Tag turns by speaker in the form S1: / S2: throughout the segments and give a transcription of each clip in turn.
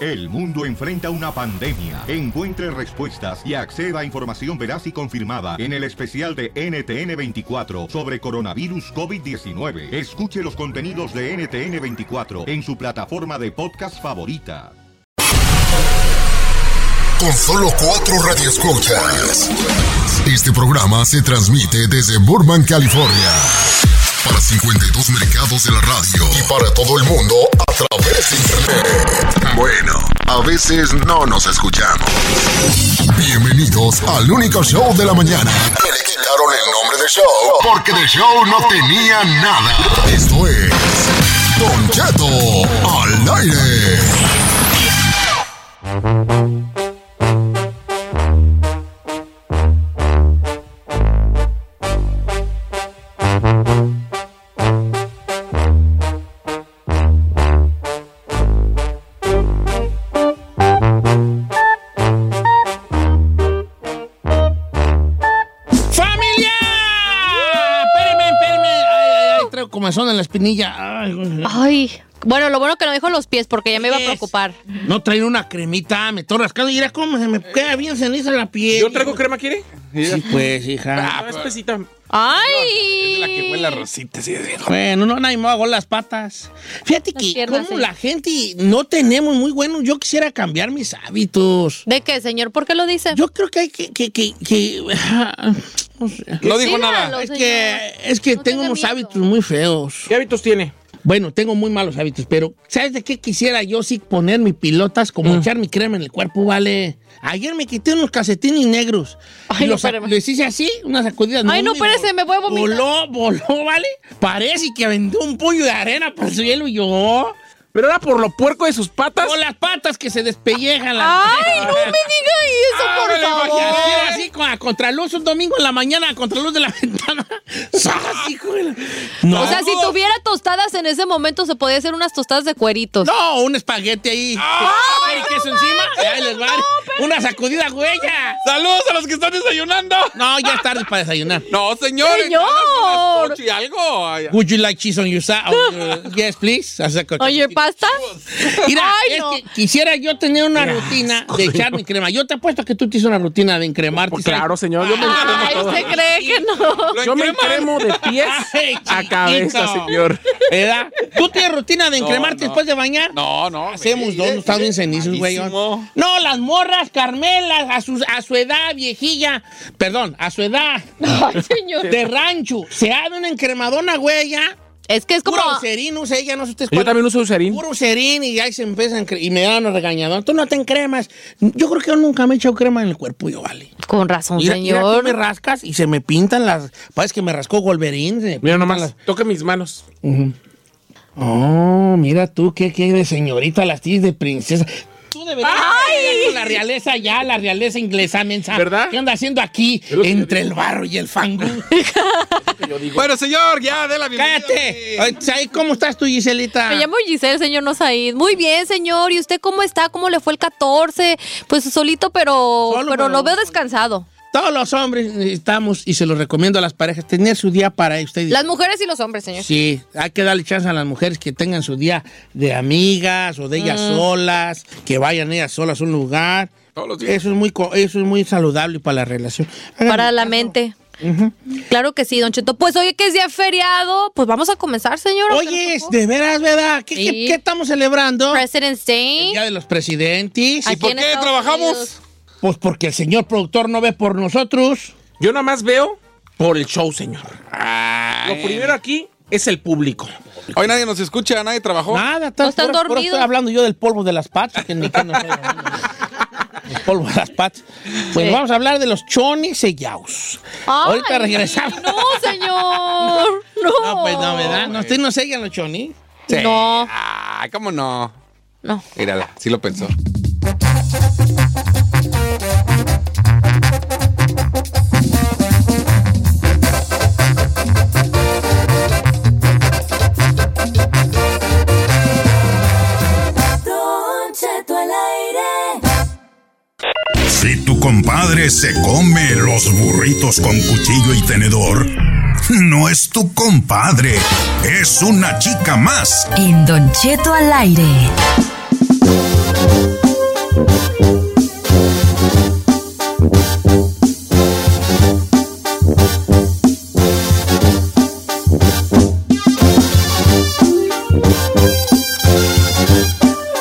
S1: El mundo enfrenta una pandemia. Encuentre respuestas y acceda a información veraz y confirmada en el especial de NTN24 sobre coronavirus COVID-19. Escuche los contenidos de NTN24 en su plataforma de podcast favorita.
S2: Con solo cuatro radioescuchas. Este programa se transmite desde Burbank, California. Para 52 mercados de la radio y para todo el mundo a través de internet. Bueno, a veces no nos escuchamos. Bienvenidos al único show de la mañana. Me le quitaron el nombre de show porque de show no tenía nada. Esto es Don Cheto al aire.
S3: son en la espinilla.
S4: Ay. Ay. Bueno, lo bueno que no dijo los pies porque ya me iba a preocupar.
S3: No traen una cremita, me estoy rascando y mira cómo se me queda bien ceniza la piel.
S5: ¿Yo traigo crema, quiere?
S3: Sí, pues, hija.
S5: Ah, espesita.
S4: ¡Ay!
S5: No, es la que huele a rosita, sí, sí.
S3: Bueno, no, nadie me hago las patas. Fíjate que piernas, como sí. la gente no tenemos muy bueno, yo quisiera cambiar mis hábitos.
S4: ¿De qué, señor? ¿Por qué lo dice?
S3: Yo creo que hay que... que, que, que
S5: o sea, no dijo nada.
S3: Es señor. que, es que no tengo unos miedo. hábitos muy feos.
S5: ¿Qué hábitos tiene?
S3: Bueno, tengo muy malos hábitos, pero ¿sabes de qué quisiera yo sí poner mis pilotas? Como mm. echar mi crema en el cuerpo, ¿vale? Ayer me quité unos calcetines negros. Ay, y no, los, les hice así, unas sacudidas.
S4: Ay, no, espérese, me voy a vomitar.
S3: Voló, voló, ¿vale? Parece que aventó un puño de arena por el suelo y yo...
S5: ¿Pero era por lo puerco de sus patas?
S3: Por las patas que se despellejan. Las...
S4: ¡Ay, no me diga eso, ah, por favor!
S3: pues, así, con, a contraluz un domingo en la mañana, a contraluz de la ventana. no,
S4: o sea, si tuviera tostadas en ese momento, se podía hacer unas tostadas de cueritos.
S3: No, un espaguete ahí.
S4: Ah.
S3: ¡Ay, queso no encima! Ahí les va. No, ¡Una sacudida huella!
S5: ¡Saludos a los que están desayunando!
S3: No, ya es tarde para desayunar.
S5: No, señores.
S4: ¡Señor!
S5: pues, Y algo.
S3: Would you like cheese on your side? Uh, yes, please.
S4: On your pasta?
S3: Mira, Ay, es no. que quisiera yo tener una Mira, rutina de echar mi crema. Yo te apuesto que tú te hice una rutina de encremarte.
S5: Pues claro, señor, yo me encremo
S4: Ay, todo. ¿se cree que no?
S5: Yo me encremo de pies Ay, a cabeza, señor.
S3: ¿Verdad? ¿Tú tienes rutina de encremarte no, no. después de bañar?
S5: No, no.
S3: Hacemos dos, no estamos bien cenizos, güey. No, las morras, Carmelas, a su, a su edad, viejilla, perdón, a su edad.
S4: Ay, señor.
S3: De rancho, se hace una encremadona, güey, ya.
S4: Es que es como.
S3: Puro userín, usa ella, no sé ustedes.
S5: Yo también uso userín.
S3: Puro userín y ahí se empiezan y me dan los regañadores. Tú no te encremas. Yo creo que yo nunca me he echado crema en el cuerpo, yo vale.
S4: Con razón,
S3: mira,
S4: señor.
S3: Mira, tú me rascas y se me pintan las. Parece que me rascó Wolverine. Me
S5: mira nomás, las... toca mis manos.
S3: Uh -huh. Oh, mira tú, qué, qué de señorita, las tienes de princesa. Tú deberías estar con la realeza ya, la realeza inglesa mensa.
S5: ¿Verdad?
S3: ¿Qué anda haciendo aquí entre el barro y el fango?
S5: bueno, señor, ya dé la bienvenida.
S3: Cállate. ¿Cómo estás tú, Giselita?
S4: Me llamo Giselle, señor Nozaid. Muy bien, señor. ¿Y usted cómo está? ¿Cómo le fue el 14? Pues solito, pero, Solo, pero lo veo descansado.
S3: Todos los hombres necesitamos, y se lo recomiendo a las parejas, tener su día para ustedes.
S4: Las mujeres y los hombres, señor.
S3: Sí, hay que darle chance a las mujeres que tengan su día de amigas o de ellas mm. solas, que vayan ellas solas a un lugar.
S5: Todos los días.
S3: Eso es muy, eso es muy saludable para la relación.
S4: Háganle para la caso. mente. Claro que sí, Don Cheto. Pues oye, que es día feriado, pues vamos a comenzar, señor.
S3: Oye, es de veras, ¿verdad? ¿Qué, qué-
S4: Sí.
S3: qué estamos celebrando?
S4: President's Day.
S3: El Día de los Presidentes.
S4: Aquí
S5: por
S4: en
S5: qué
S4: Estados
S5: trabajamos?
S4: Unidos.
S3: Pues porque el señor productor no ve por nosotros.
S5: Yo nada más veo,
S3: Por el show, señor.
S5: lo primero aquí es el público. Hoy nadie nos escucha, nadie trabajó.
S3: Nada,
S4: No están
S3: puro- puro
S4: dormidos.
S3: Estoy hablando yo del polvo de las patas, que ni que no sé, El polvo de las patas. Bueno,
S4: Sí.
S3: vamos a hablar de los chones sellados.
S4: Ay,
S3: Ahorita regresamos.
S4: No, señor. No.
S3: No, pues no, ¿verdad? No, usted no sellan los chonis.
S4: No,
S5: Ah, ¿cómo no?
S4: no.
S5: Mírala, sí lo pensó.
S2: Si tu compadre se come los burritos con cuchillo y tenedor, no es tu compadre, es una chica más.
S6: En Don Cheto al aire.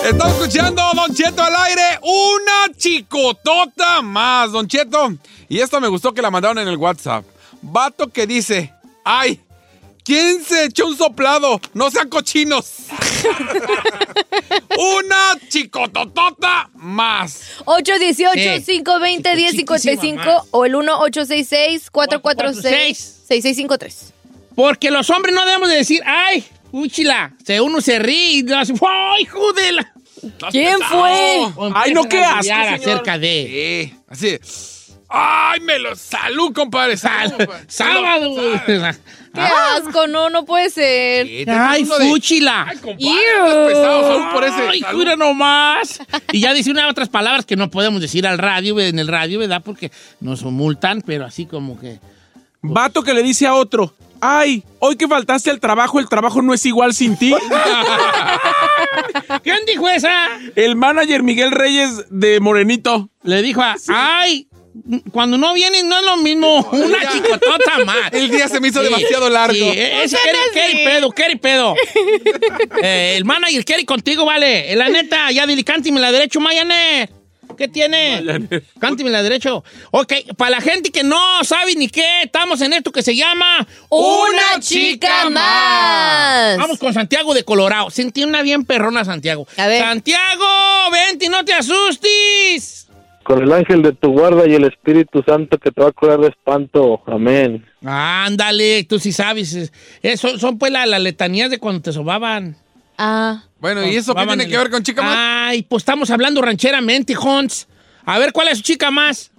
S5: Está escuchando Don Cheto al aire, una chicotota más, Don Cheto. Y esta me gustó que la mandaron en el WhatsApp. Vato que dice, ay, ¿quién se echó un soplado? No sean cochinos. una chicototota más.
S3: Eh,
S4: 818-520-1055 o el 1-866-446-6653.
S3: Porque los hombres no debemos de decir, ay, úchila. Se uno se ríe y hace, ¡ay, júdela!
S4: ¿Quién fue?
S3: O
S5: Ay, no, qué
S3: empiezan a
S5: asco,
S3: lidiar
S5: señor.
S3: acerca de...
S5: Sí, así. Ay, me lo salud, compadre. Salud. Ah, compadre.
S3: Sábado.
S4: Qué asco, no, no puede ser.
S5: Sí, tengo
S3: Ah. Ay,
S5: uno de-
S3: fúchila.
S5: Ay, compadre, estás pesado, salud por ese.
S3: Ay,
S5: salud.
S3: jura nomás. Y ya dice unas otras palabras que no podemos decir al radio, en el radio, ¿verdad? Porque nos multan, pero así como que.
S7: Vato que le dice a otro, ay, hoy que faltaste al trabajo, el trabajo no es igual sin ti.
S3: ¿Quién dijo esa?
S7: el manager Miguel Reyes de Morenito.
S3: Le dijo a. ¡Ay! Cuando no vienen no es lo mismo. Una chicotota más.
S5: El día se me hizo
S3: Sí,
S5: demasiado largo.
S3: sí, ese Kerry, Kerry pedo, Kerry pedo. Eh, el manager Kerry contigo, vale. Eh, La neta, ya dile, cántime la derecho, Mayaner. ¿Qué tiene? Cántime la derecho. Ok, para la gente que no sabe ni qué, estamos en esto que se llama...
S4: Una chica más.
S3: Vamos con Santiago de Colorado. Sentí una bien perrona, Santiago.
S4: A ver.
S3: Santiago, vente y no te asustes.
S8: Con el ángel de tu guarda y el Espíritu Santo que te va a curar de espanto. Amén.
S3: Ándale, tú sí sabes. Eso, son pues la- las letanías de cuando te sobaban.
S4: Ah,
S5: Bueno, ¿y eso qué
S3: Sobaban
S5: tiene
S3: el-
S5: que ver con chica más?
S3: Oh, Ay, pues estamos hablando rancheramente, Hans. A ver, ¿cuál es su chica más?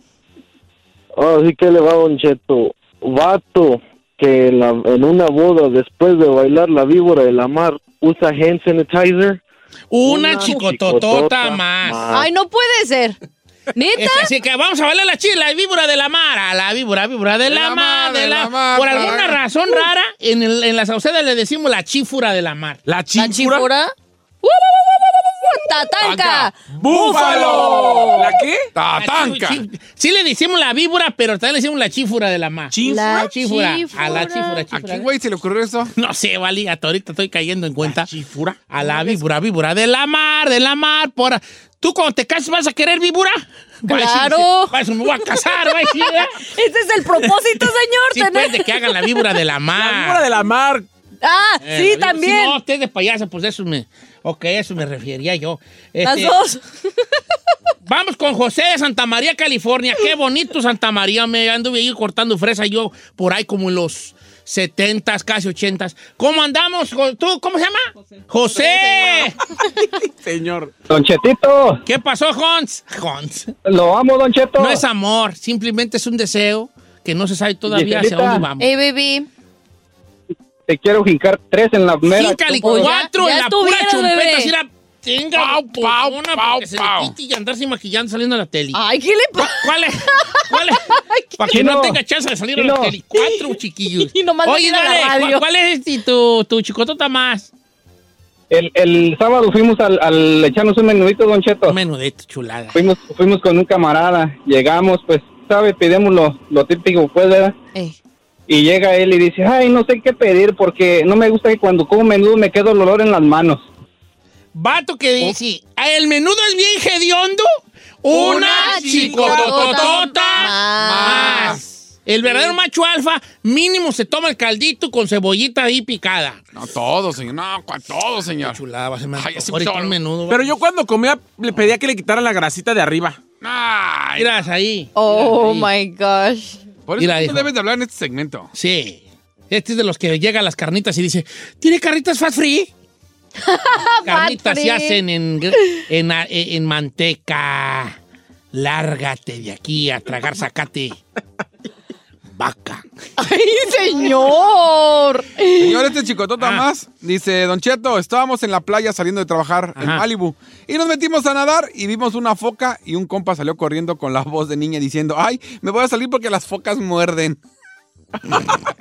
S8: Así que le va Don Cheto. Vato que en, la- en una boda, después de bailar la víbora de la mar, usa hand sanitizer.
S3: Una,
S8: Una
S3: chicototota
S8: chicotota
S3: más.
S8: más.
S4: ay, no puede ser.
S3: Es-
S4: ¿Neta?
S3: así que vamos a bailar la chila, la víbora de la mar, a la víbora, víbora de la, mar, de la,
S5: mar,
S3: Por
S5: para-
S3: alguna razón rara, en, el- en la sauceda le decimos la chífura de la mar.
S7: La
S4: ¿La
S7: chifura.
S4: chifura? ¡Uh, uh, uh, uh, uh, uh! ¡Tatanca!
S7: ¡Búfalo! ¿La qué?
S5: ¡Tatanca!
S3: Sí, sí le decimos la víbora, pero también le decimos la chífura de la mar.
S4: La
S3: chífura. A la
S4: chífura.
S3: chífura,
S5: ¿A
S3: chífura.
S5: qué güey se le ocurrió eso?
S3: No sé, vale, hasta ahorita estoy cayendo en cuenta. A la víbora, víbora de la mar, de la mar. Por... ¿Tú cuando te cases vas a querer víbora? Va a decir,
S4: Claro.
S3: va a decir, me voy a casar, va a decir, ¿verdad?
S4: Ese es el propósito, señor.
S3: Sí,
S4: tener-
S3: pues, de que hagan la víbora de la mar.
S7: Figura de la mar.
S4: Ah,
S3: Eh, la
S4: sí,
S3: víbora-
S4: también.
S3: Si no, usted es de payasa, pues eso me... Ok, eso me refería yo.
S4: Las
S3: Este,
S4: dos.
S3: Vamos con José de Santa María, California. Qué bonito Santa María. Me anduve ahí cortando fresa yo por ahí como en los 70s, casi 80s. ¿Cómo andamos? Jo- ¿Tú cómo se llama? José.
S7: Señor.
S8: Don Chetito,
S3: ¿Qué pasó, Hans? Hans.
S8: lo amo, Don Cheto.
S3: No es amor, simplemente es un deseo que no se sabe todavía hacia
S8: Giselita.
S3: dónde vamos.
S4: Ey, baby.
S8: Te quiero jincar tres en la mera.
S3: Cinco al
S4: Pues ya-
S3: cuatro
S4: ya
S3: en la pura
S4: estuvieron,
S3: chumpeta,
S4: bebé.
S3: así era, tenga
S5: Pau, pau,
S3: una
S5: pau,
S3: porque se le
S5: pau.
S3: quite y andarse maquillando saliendo a la tele.
S4: Ay, ¿qué le
S3: ¿Cu-
S4: pasa?
S3: ¿Cuál es? ¿Cuál es? Para que no
S8: Chino.
S3: tenga chance de salir a la
S8: Chino.
S3: tele. Cuatro chiquillos.
S4: Y nomás
S3: Oye,
S4: no tiene la
S3: dale, ¿cu-
S4: radio.
S3: ¿cuál es este, tu, tu chicotota más?
S8: El, el sábado fuimos al, al echarnos un menudito, Don Cheto.
S3: Menudito, chulada.
S8: Fuimos, fuimos con un camarada. Llegamos, pues,
S9: sabe, pedimos lo, lo típico, pues, ¿verdad? Y llega él y dice, ay, no sé qué pedir porque no me gusta que cuando como menudo me quede el olor en las manos.
S3: Vato que
S4: Oh.
S3: dice, el menudo es bien hediondo.
S9: Una
S3: Una chicototota
S9: chicototota
S3: más. El verdadero macho alfa mínimo se toma el caldito con cebollita ahí picada.
S5: No, todo, señor. No, cua- todo, señor.
S3: Chulaba, se me
S5: Ay, ese
S3: ahorita
S5: cholo.
S3: un menudo.
S7: Pero yo cuando comía le pedía que le quitara la grasita de arriba.
S3: Miras ahí.
S4: Oh
S3: Mira
S4: my gosh.
S5: Por eso
S3: Mira,
S5: tú
S3: hijo.
S5: debes de hablar en este segmento.
S3: Sí. Este es de los que llega a las carnitas y dice, ¿tiene carnitas fast free? carnitas
S4: Fat
S3: se
S4: free.
S3: hacen en, gr- en, a- en- en manteca. Lárgate de aquí a tragar zacate. Vaca.
S4: ¡Ay, señor!
S5: Señor, este chicotota
S3: Ah.
S5: más dice, Don Cheto, estábamos en la playa saliendo de trabajar en
S3: Ajá.
S5: Malibu y nos metimos a nadar y vimos una foca y un compa salió corriendo con la voz de niña diciendo, ay, me voy a salir porque las focas muerden.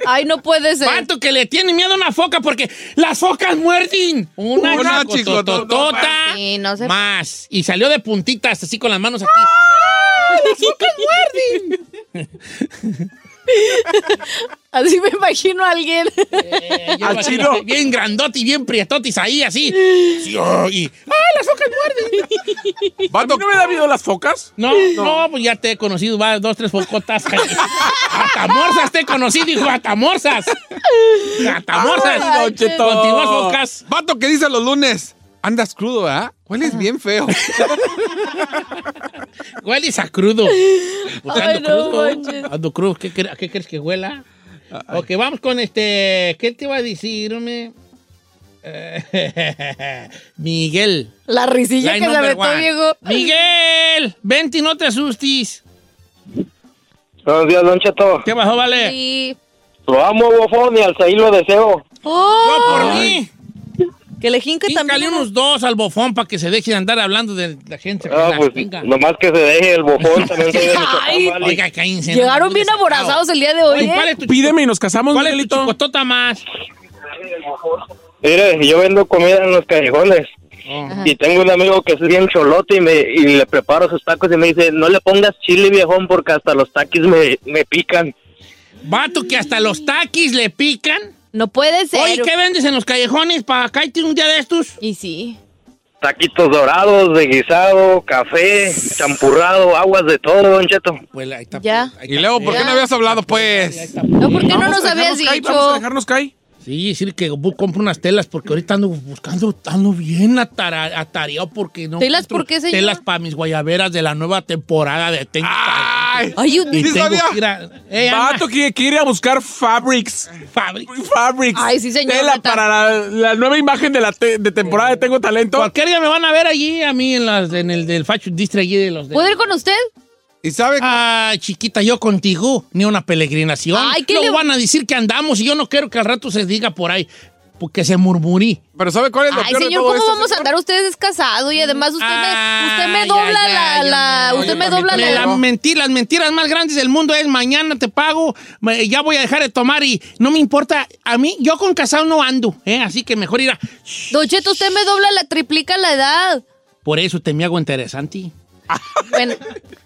S4: Ay, no puede ser.
S3: Vato que le tiene miedo a una foca porque las focas muerden. Una,
S5: Una
S3: chicototota
S5: ¡Ah!
S4: Sí, "Ah, no se...
S3: más. Y salió de puntitas así con las manos aquí. ¡Las focas
S5: ¡Ah,
S3: muerden!
S4: Así me imagino a alguien.
S3: Eh, yo
S7: Al
S3: así,
S7: chino.
S3: Bien grandote y bien prietotis ahí, así. Sí, oh, y- ¡Ay, las focas muerden!
S7: ¿A mí no me da miedo las focas?
S3: No, no, pues ya te he conocido, va, dos, tres focotas. Atamorsas te he conocido, hijo, atamorsas. Atamorsas.
S7: Ay, Don Cheto.
S3: Con tus dos focas.
S5: Vato que dice los lunes, andas crudo, ¿verdad? Hueles bien feo.
S3: Hueles a crudo. Pues
S4: Ay,
S3: ando
S4: no
S3: crudo.
S4: manches.
S3: Ando crudo. ¿Qué, cre- a qué crees que huela? Ok, vamos con este. ¿Qué te iba a decir, hombre? Eh, Miguel.
S4: La risilla
S3: line
S4: que se
S3: number
S4: aventó,
S3: one.
S4: Diego.
S3: Miguel, vente y no te asustes.
S8: Buenos días, Don Cheto.
S3: ¿Qué bajó, vale?
S4: Sí.
S8: Lo amo, bofón, y al salir lo deseo.
S3: Yo
S4: ¡Oh!
S3: por mí.
S4: Que le jinque
S3: Pícale
S4: también.
S3: unos dos al bofón para que se deje de andar hablando de la gente.
S8: Ah,
S3: relax,
S8: pues,
S3: venga.
S8: nomás que se deje el bofón también. soy de
S4: Ay.
S8: Michoacán, vale.
S3: Oiga, cállense, no
S4: Llegaron
S3: me
S4: bien
S3: dudes,
S4: aborazados el día de
S3: Oye,
S4: hoy,
S3: ¿Cuál
S4: ¿eh?
S3: es tu,
S7: Pídeme y nos casamos,
S3: cuál es tu
S7: Miguelito.
S3: chicotota más?
S8: Mire, yo vendo comida en los callejones. Y tengo un amigo que es bien cholote y, me, y le preparo sus tacos y me dice, no le pongas chile viejón porque hasta los taquis me, me pican.
S3: Vato que hasta los taquis le pican.
S4: No puede ser.
S3: Oye, ¿qué vendes en los callejones para acá y un día de estos?
S4: Y sí.
S8: Taquitos dorados, de guisado, café, champurrado, aguas de todo, don Cheto.
S3: Pues ahí está.
S4: Ya.
S3: ahí
S5: y
S3: está,
S5: luego, ¿por qué
S3: ya.
S5: no habías hablado,
S3: Ahí
S5: pues?
S3: está.
S4: No, ¿por qué no
S7: Vamos
S4: nos
S7: a
S4: habías
S7: dejarnos caer,
S4: dicho?
S7: vamos a dejarnos caer.
S3: Sí, decir que bu- compro unas telas porque ahorita ando buscando, ando bien atara- atareado porque no.
S4: ¿Telas
S3: encuentro
S4: por qué, señor?
S3: Telas para mis guayaberas de la nueva temporada de Tengo
S10: Ah,
S5: ¡Ay!
S4: Ay,
S3: Y
S4: un-
S5: Sí
S3: tengo
S5: sabía.
S3: que ir a- Eh, Ana,
S7: Vato que quiere ir a buscar fabrics.
S3: Fabric.
S7: Fabrics.
S4: Ay, sí, señor,
S7: Tela
S4: neta.
S7: para la, la nueva imagen de la te- de temporada de Tengo Talento.
S3: Cualquier día me van a ver allí, a mí en, las, en el del Fashion District, allí de los de.
S4: ¿Puedo ir con usted?
S5: ¿Y sabe?
S3: Ay, chiquita, yo contigo, ni una peregrinación.
S4: Ay, ¿qué
S3: Luego
S4: le-
S3: van a decir que andamos y yo no quiero que al rato se diga por ahí, porque se murmurí.
S5: ¿Pero sabe cuál es lo
S4: Ay,
S5: peor de
S4: señor,
S5: todo
S4: ¿cómo
S5: esto,
S4: vamos a
S5: señor?
S4: andar? Usted es casado y además usted
S3: Ah,
S4: me, usted
S3: ya,
S4: me dobla
S3: ya,
S4: la...
S3: yo
S4: la-
S3: me-
S4: usted
S5: yo
S4: me
S5: también
S4: dobla
S5: tengo-
S3: Me
S4: la...
S3: la mentí, las mentiras más grandes del mundo es mañana te pago, me- ya voy a dejar de tomar y no me importa. A mí, yo con casado no ando, ¿eh? así que mejor ir a...
S4: Don Cheto, usted me dobla la... triplica la edad.
S3: Por eso te me hago interesante.
S4: Bueno,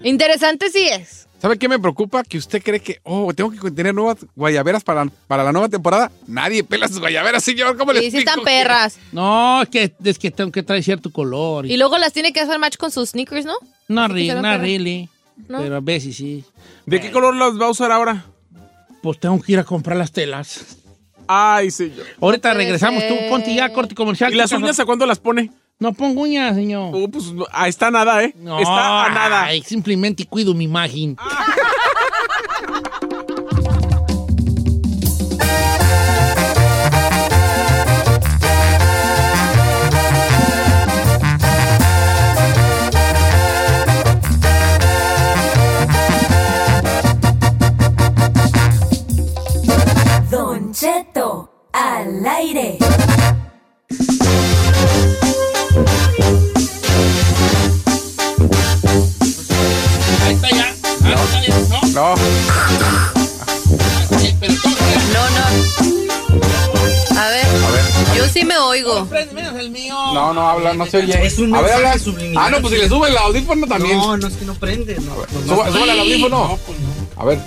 S4: interesante sí es.
S5: ¿Sabe qué me preocupa? Que usted cree que, oh, tengo que tener nuevas guayaberas para, para la nueva temporada. Nadie pela sus guayaberas, señor. ¿Cómo le
S4: Y sí
S5: explico?
S4: están perras.
S3: No, es que, es que tengo que traer cierto color.
S4: Y luego las tiene que hacer match con sus sneakers, ¿no?
S3: no,
S4: que
S3: re-
S4: se
S3: no,
S4: van a pegar.
S3: really.
S4: No.
S3: Pero a veces sí.
S7: ¿De qué color las va a usar ahora?
S3: Pues tengo que ir a comprar las telas.
S7: Ay, señor.
S3: Ahorita
S4: puede
S3: regresamos. Tú
S4: ser.
S3: ponte ya corte comercial.
S7: ¿Y las
S3: Tú,
S7: uñas a cuándo las pone?
S3: No pongo uñas, señor.
S7: Oh, pues no, ah, está nada, ¿eh?
S3: No,
S7: está a nada.
S3: ay, simplemente cuido mi imagen.
S6: Don Cheto al aire.
S3: Ahí está ya. Ah, está bien.
S5: habla, no se oye.
S11: Es un
S5: a ver,
S11: mensaje
S5: habla.
S11: subliminal.
S5: Ah, no, pues si le sube el audífono también.
S11: No, no es que no prende. No, pues no.
S5: Suba- súbale el audífono. A ver.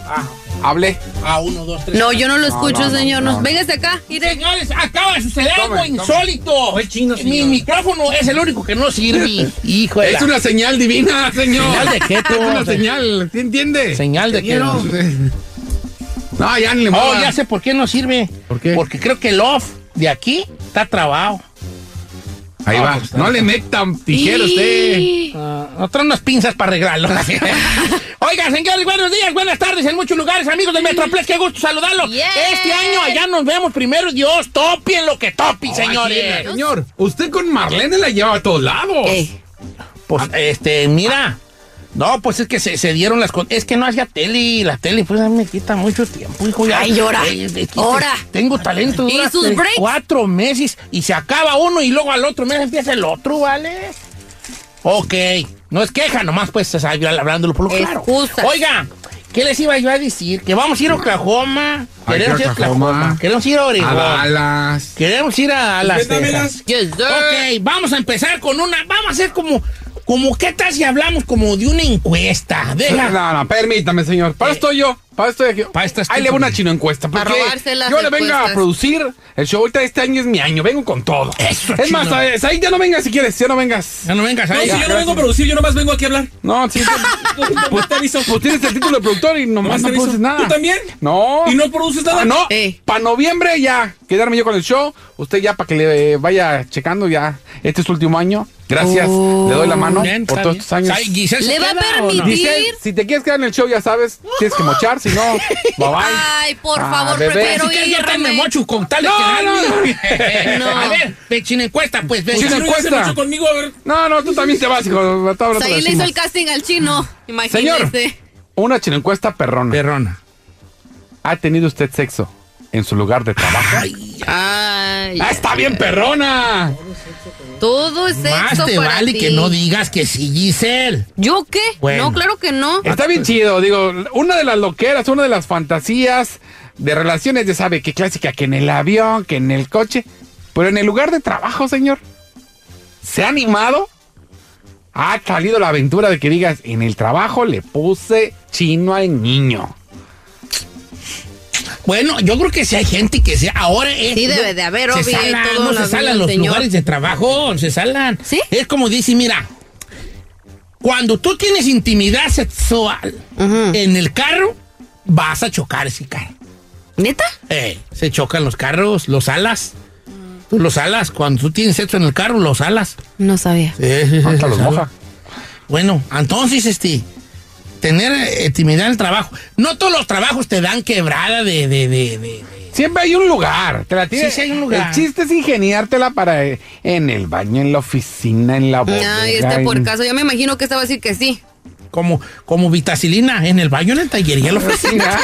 S5: Hable.
S3: pues Ah, uno, dos,
S4: No, yo no lo escucho, señor.
S5: no,
S4: No,
S5: no.
S4: Véngase acá.
S3: Señores, acaba de suceder algo
S4: Tome, tome.
S3: insólito. Mi micrófono es el único que no sirve. Hijo de
S5: Es
S3: la-
S5: una señal divina, señor.
S3: ¿Señal de qué, tú?
S5: Es una señal, ¿sí entiende?
S3: Señal de qué.
S5: ¿Vieron? No, ya ni le
S3: Oh,
S5: muevan.
S3: ya sé por qué no sirve. ¿Por qué? Porque creo que el off de aquí está trabado. pues,
S5: Ahí va. No le metan tijera a usted.
S3: Ah, nosotros unas pinzas para arreglarlo. Oigan, señores, buenos días, buenas tardes en muchos lugares, amigos del Metroplex, qué gusto saludarlos. Este año allá nos vemos primero, Dios, topien lo que topi, señores.
S5: Ay, señor, usted con Marlene la lleva a todos lados. Ah.
S3: Pues, este, mira. No, pues es que se, se dieron las... con- Es que no hacía tele. La tele, pues, a mí me quita mucho tiempo, hijo. ya.
S4: Ay, llora.
S3: Eh, eh,
S4: Ora.
S3: Tengo talento.
S4: ¿Y
S3: dura
S4: sus
S3: tres,
S4: breaks?
S3: Cuatro meses y se acaba uno y luego al otro mes empieza el otro, ¿vale? Ok. No es queja nomás, pues, o sea, hablándolo por lo claro. Oiga, ¿qué les iba yo a decir? Que vamos a ir a Oklahoma.
S5: Ay,
S3: Queremos
S5: qué
S3: ir a
S5: Oklahoma.
S3: Oklahoma. Queremos ir a Oregón.
S5: A Dallas.
S3: Queremos ir a las
S5: Véndamelas.
S3: Texas. Ok, vamos a empezar con una. Vamos a hacer como. como ¿Qué tal si hablamos como de una encuesta? Deja.
S5: No, no, permítame, señor. Para esto yo, para esto yo. Para esto Ahí le hago una chino encuesta.
S4: Para
S5: porque
S4: robarse las
S5: yo le venga
S4: encuestas.
S5: a producir el show. Ahorita este año es mi año. Vengo con todo. es
S7: chino.
S5: más, ¿sabes? ahí ya no vengas si quieres. Ya no vengas.
S3: Ya no vengas
S7: No, si yo no vengo a producir, yo nomás vengo aquí a hablar.
S5: No, sí.
S7: pues te aviso.
S5: Pues tienes el título de productor y
S7: Nomás
S5: nomás
S7: te
S5: no
S7: aviso.
S5: produces nada.
S7: ¿Tú también?
S5: No.
S7: ¿Y no produces nada?
S5: Ah, no. Para noviembre ya. Quedarme yo con el show. Usted ya para que le eh, vaya checando ya. Este es su último año. Gracias.
S3: Oh.
S5: le doy la mano
S3: Bien,
S5: por
S3: está
S5: todos
S3: bien.
S5: estos años.
S3: Ay, Giselle, ¿se ¿Le va a queda o no? permitir?
S5: Giselle, si te quieres quedar en el show, ya sabes, tienes que mochar. Si no, bye bye.
S4: Ay, por
S5: Ah,
S4: favor,
S5: bebé.
S4: prefiero
S5: Si quieres,
S3: yo
S4: irme.
S3: también mocho con tal de
S4: No,
S3: quedar
S4: no,
S3: bien.
S4: no.
S3: A ver, ve, chino encuesta, pues. ve.
S5: Chino encuesta. No, no, tú también te vas, hijo. Ahorita- ahorita
S4: Pues Ahí
S5: lo
S4: le hizo el
S5: decimos.
S4: casting al chino. Imagínese.
S5: Una chino encuesta perrona.
S3: Perrona.
S5: ¿Ha tenido usted sexo en su lugar de trabajo?
S4: Ay.
S5: ¡Ah, está bien, perrona!
S4: Todo es
S3: Más
S4: sexo
S3: te
S4: para
S3: vale
S4: ti.
S3: que no digas que sí, Giselle.
S4: ¿Yo qué?
S5: Bueno.
S4: No, claro que no.
S5: Está bien chido, digo, una de las loqueras, una de las fantasías de relaciones, ya sabe, que clásica, que en el avión, que en el coche, pero en el lugar de trabajo, señor. ¿Se ha animado? Ha salido la aventura de que digas, en el trabajo le puse chino al niño.
S3: Bueno, yo creo que si hay gente que sea. Ahora es.
S4: Sí, debe de haber,
S3: se
S4: obvio,
S3: salan,
S4: todo
S3: no
S4: lo
S3: se
S4: habla
S3: salan
S4: el
S3: los
S4: señor.
S3: lugares de trabajo, se salan. ¿Sí? Es como dice, mira. Cuando tú tienes intimidad sexual en el carro, vas a chocar ese carro.
S4: ¿Neta?
S3: Eh, se chocan los carros, los alas. Tú los alas. Cuando tú tienes sexo en el carro, los alas.
S4: No sabía.
S3: Sí, sí, sí,
S5: Hasta
S3: sí,
S5: los
S3: sabe.
S5: moja.
S3: Bueno, entonces, este, tener eh, intimidad en el trabajo. No todos los trabajos te dan quebrada de... de, de, de-
S5: Siempre hay un lugar, te la tienes.
S3: Sí, sí hay un lugar.
S5: El chiste es ingeniártela para eh, en el baño, en la oficina, en la bodega.
S4: Ay, este
S5: en-
S4: por caso. Ya me imagino que esta va a decir que sí.
S3: Como, como vitacilina en el baño, en el taller y en la oficina.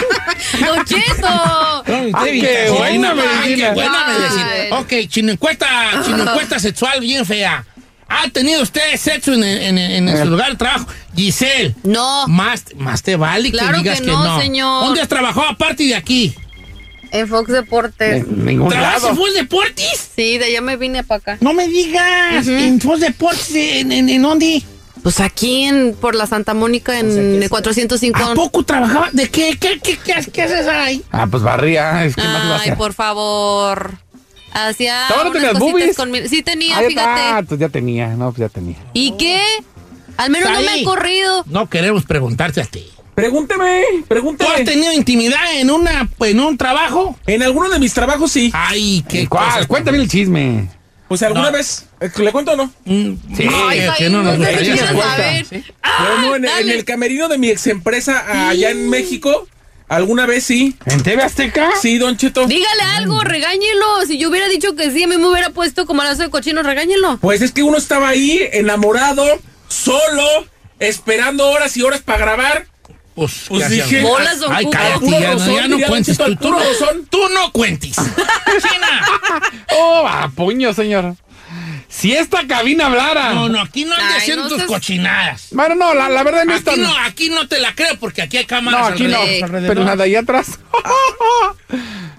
S4: ¡Don Cheto!
S5: Ah, Ay, qué buena medicina.
S3: qué buena
S5: Ay.
S3: medicina. Ok, chino encuesta, chino encuesta sexual bien fea. ¿Ha tenido usted sexo en, en- en- en su lugar de trabajo? Giselle.
S4: No.
S3: Más, más te vale
S4: Claro
S3: que digas
S4: que
S3: que
S4: no,
S3: no,
S4: señor.
S3: ¿Dónde has trabajado aparte de aquí?
S4: En Fox Deportes.
S5: En ningún
S3: ¿Trabajas
S5: lado.
S3: en Full Deportes?
S4: Sí, de allá me vine para acá.
S3: No me digas. ¿En Fox Deportes? ¿En, en, en dónde?
S4: Pues aquí en por la Santa Mónica en el 405.
S3: ¿A poco trabajaba? ¿De qué? ¿Qué, qué, qué, haces- qué haces ahí?
S5: Ah, pues barría. Es que
S3: Ah,
S5: más iba a
S4: Ay,
S5: hacer.
S4: por favor. Hacía
S5: ¿Tú no
S4: unas
S5: tenías
S4: cositas
S5: boobies?
S4: conmigo. Sí tenía,
S5: Ahí está,
S4: fíjate.
S5: pues ya tenía, no, pues ya tenía.
S4: ¿Y qué? Al menos
S3: Está
S4: no me
S3: ahí.
S4: han corrido.
S3: No queremos preguntarte a ti.
S7: Pregúnteme,
S3: ¿Tú has
S7: pregúnteme.
S3: tenido intimidad en, una, en un trabajo?
S7: En alguno de mis trabajos sí.
S3: Ay, qué
S5: ¿Cuál?
S3: cosas.
S5: Cuéntame el chisme.
S7: O sea, alguna
S3: No.
S7: vez. eh, ¿Le cuento o no?
S3: Mm,
S5: Sí.
S3: no,
S5: Ay,
S3: que-
S4: está
S3: que
S4: ahí,
S3: no nos
S4: no sé
S3: gusta.
S4: si
S3: Ya
S4: quieres
S3: se cuenta.
S4: saber.
S7: Ah,
S3: Ah,
S7: Bueno, en, en
S4: dale.
S7: el camerino de mi ex empresa allá en México, alguna vez sí.
S5: ¿En TV Azteca?
S7: Sí, Don Cheto.
S4: Dígale algo, regáñelo. Si yo hubiera dicho que sí, a mí me hubiera puesto como lazo de cochino, regáñelo.
S7: Pues es que uno estaba ahí, enamorado, solo, esperando horas y horas para grabar.
S3: Pues,
S7: Pues
S3: ¿qué
S7: dije,
S3: hacíamos?
S4: bolas, don
S3: Ay,
S4: Cuco.
S3: cállate,
S7: Puro
S3: ya, no-
S7: rozón,
S3: ya no
S7: diría Don
S3: cuentes.
S7: Cheto,
S3: Tú,
S7: al
S3: tú
S7: puro
S3: no,
S7: rozón.
S3: tú no cuentes. China.
S5: Oh, a puño, señor. Si esta cabina hablara.
S3: No, no, aquí no andes
S4: Ay,
S3: haciendo
S4: no
S3: tus
S4: seas-
S3: cochinadas.
S5: Bueno, no, la, la verdad no está.
S3: Aquí no, aquí no te la creo porque aquí hay cámaras
S5: No, aquí no.
S3: alrededor.
S5: Pero nada, ahí atrás.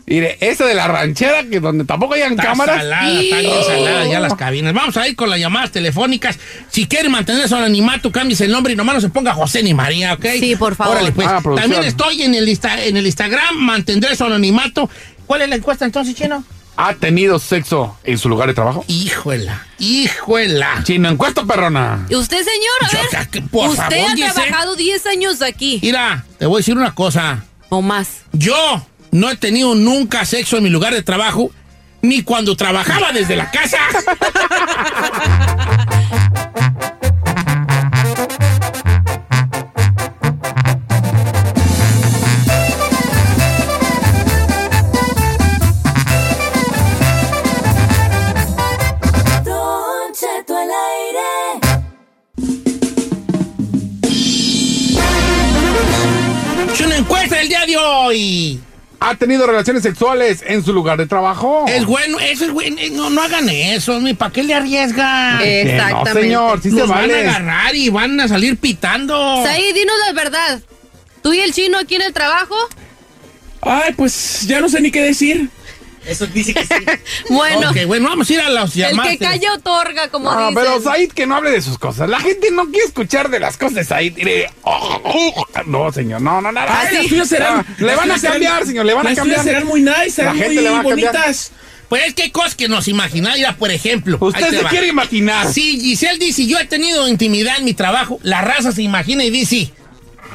S5: Mire, esa de la ranchera, que donde tampoco hayan
S3: Está
S5: cámaras.
S3: salada, está bien salada ya las cabinas. Vamos a ir con las llamadas telefónicas. Si quieren mantener su anonimato, cambies el nombre y nomás no se ponga José ni María, ¿ok?
S4: Sí, por favor.
S3: Órale, pues.
S4: Ah, producción.
S3: También estoy en el, Insta- en el Instagram, mantendré su anonimato. ¿Cuál es la encuesta entonces, Chino?
S5: ¿Ha tenido sexo en su lugar de trabajo?
S3: Híjuela, híjuela.
S5: Chino, encuesta perrona.
S4: ¿Y usted, señor? A ver,
S3: por
S4: usted
S3: favor,
S4: ha
S3: Giselle.
S4: trabajado 10 años aquí.
S3: Mira, te voy a decir una cosa.
S4: No más.
S3: Yo no he tenido nunca sexo en mi lugar de trabajo, ni cuando trabajaba desde la casa.
S6: Don Cheto al aire.
S3: Es una encuesta del día de hoy.
S5: ¿Ha tenido relaciones sexuales en su lugar de trabajo?
S3: Es bueno, eso es bueno. eh, No, no hagan eso, mi, ¿para qué le arriesgan?
S5: Que no, Exactamente. señor, sí se
S3: Los van a
S5: vale.
S3: agarrar y van a salir pitando.
S4: Saí, dinos la verdad. ¿Tú y el chino aquí en el trabajo?
S7: Ay, pues ya no sé ni qué decir.
S3: Eso dice que sí.
S4: Bueno.
S3: Ok, bueno, vamos a ir a los
S4: el
S3: llamadas.
S4: que calla otorga, como
S5: No,
S4: dicen.
S5: Ah, pero Said que no hable de sus cosas. La gente no quiere escuchar de las cosas de Said. Mire, oh, oh, oh. No, señor, no, no, no. no.
S7: Ay, las tuyas serán-
S5: Ah, le
S7: las
S5: van a
S7: tuyas serán-
S5: cambiar, señor, le van a
S7: las tuyas
S5: cambiar.
S7: serán muy nice, serán muy bonitas.
S3: Pues es que hay cosas que nos imagináis, por ejemplo.
S5: Usted
S3: ahí te
S5: se
S3: va.
S5: quiere imaginar.
S3: Si Giselle dice, yo he tenido intimidad en mi trabajo, la raza se imagina y dice...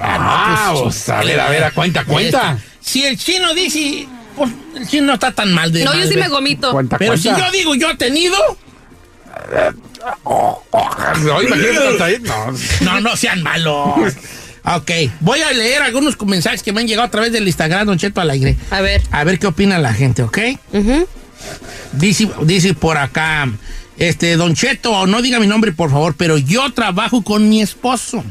S5: Ah,
S3: pues,
S5: pues, a ver, a ver, a cuenta, cuenta.
S3: Este, Si el chino dice, pues el chino no está tan mal de
S4: No, yo
S3: madre.
S4: sí me gomito.
S3: Pero si yo digo, yo he tenido... Este.
S5: No, imagínate con Said. No.
S3: No, no sean malos. Ok, voy a leer algunos mensajes que me han llegado a través del Instagram, Don Cheto Alegre.
S4: A ver.
S3: A ver qué opina la gente, ¿ok? dice, dice por acá, este, Don Cheto, no diga mi nombre, por favor, pero yo trabajo con mi esposo.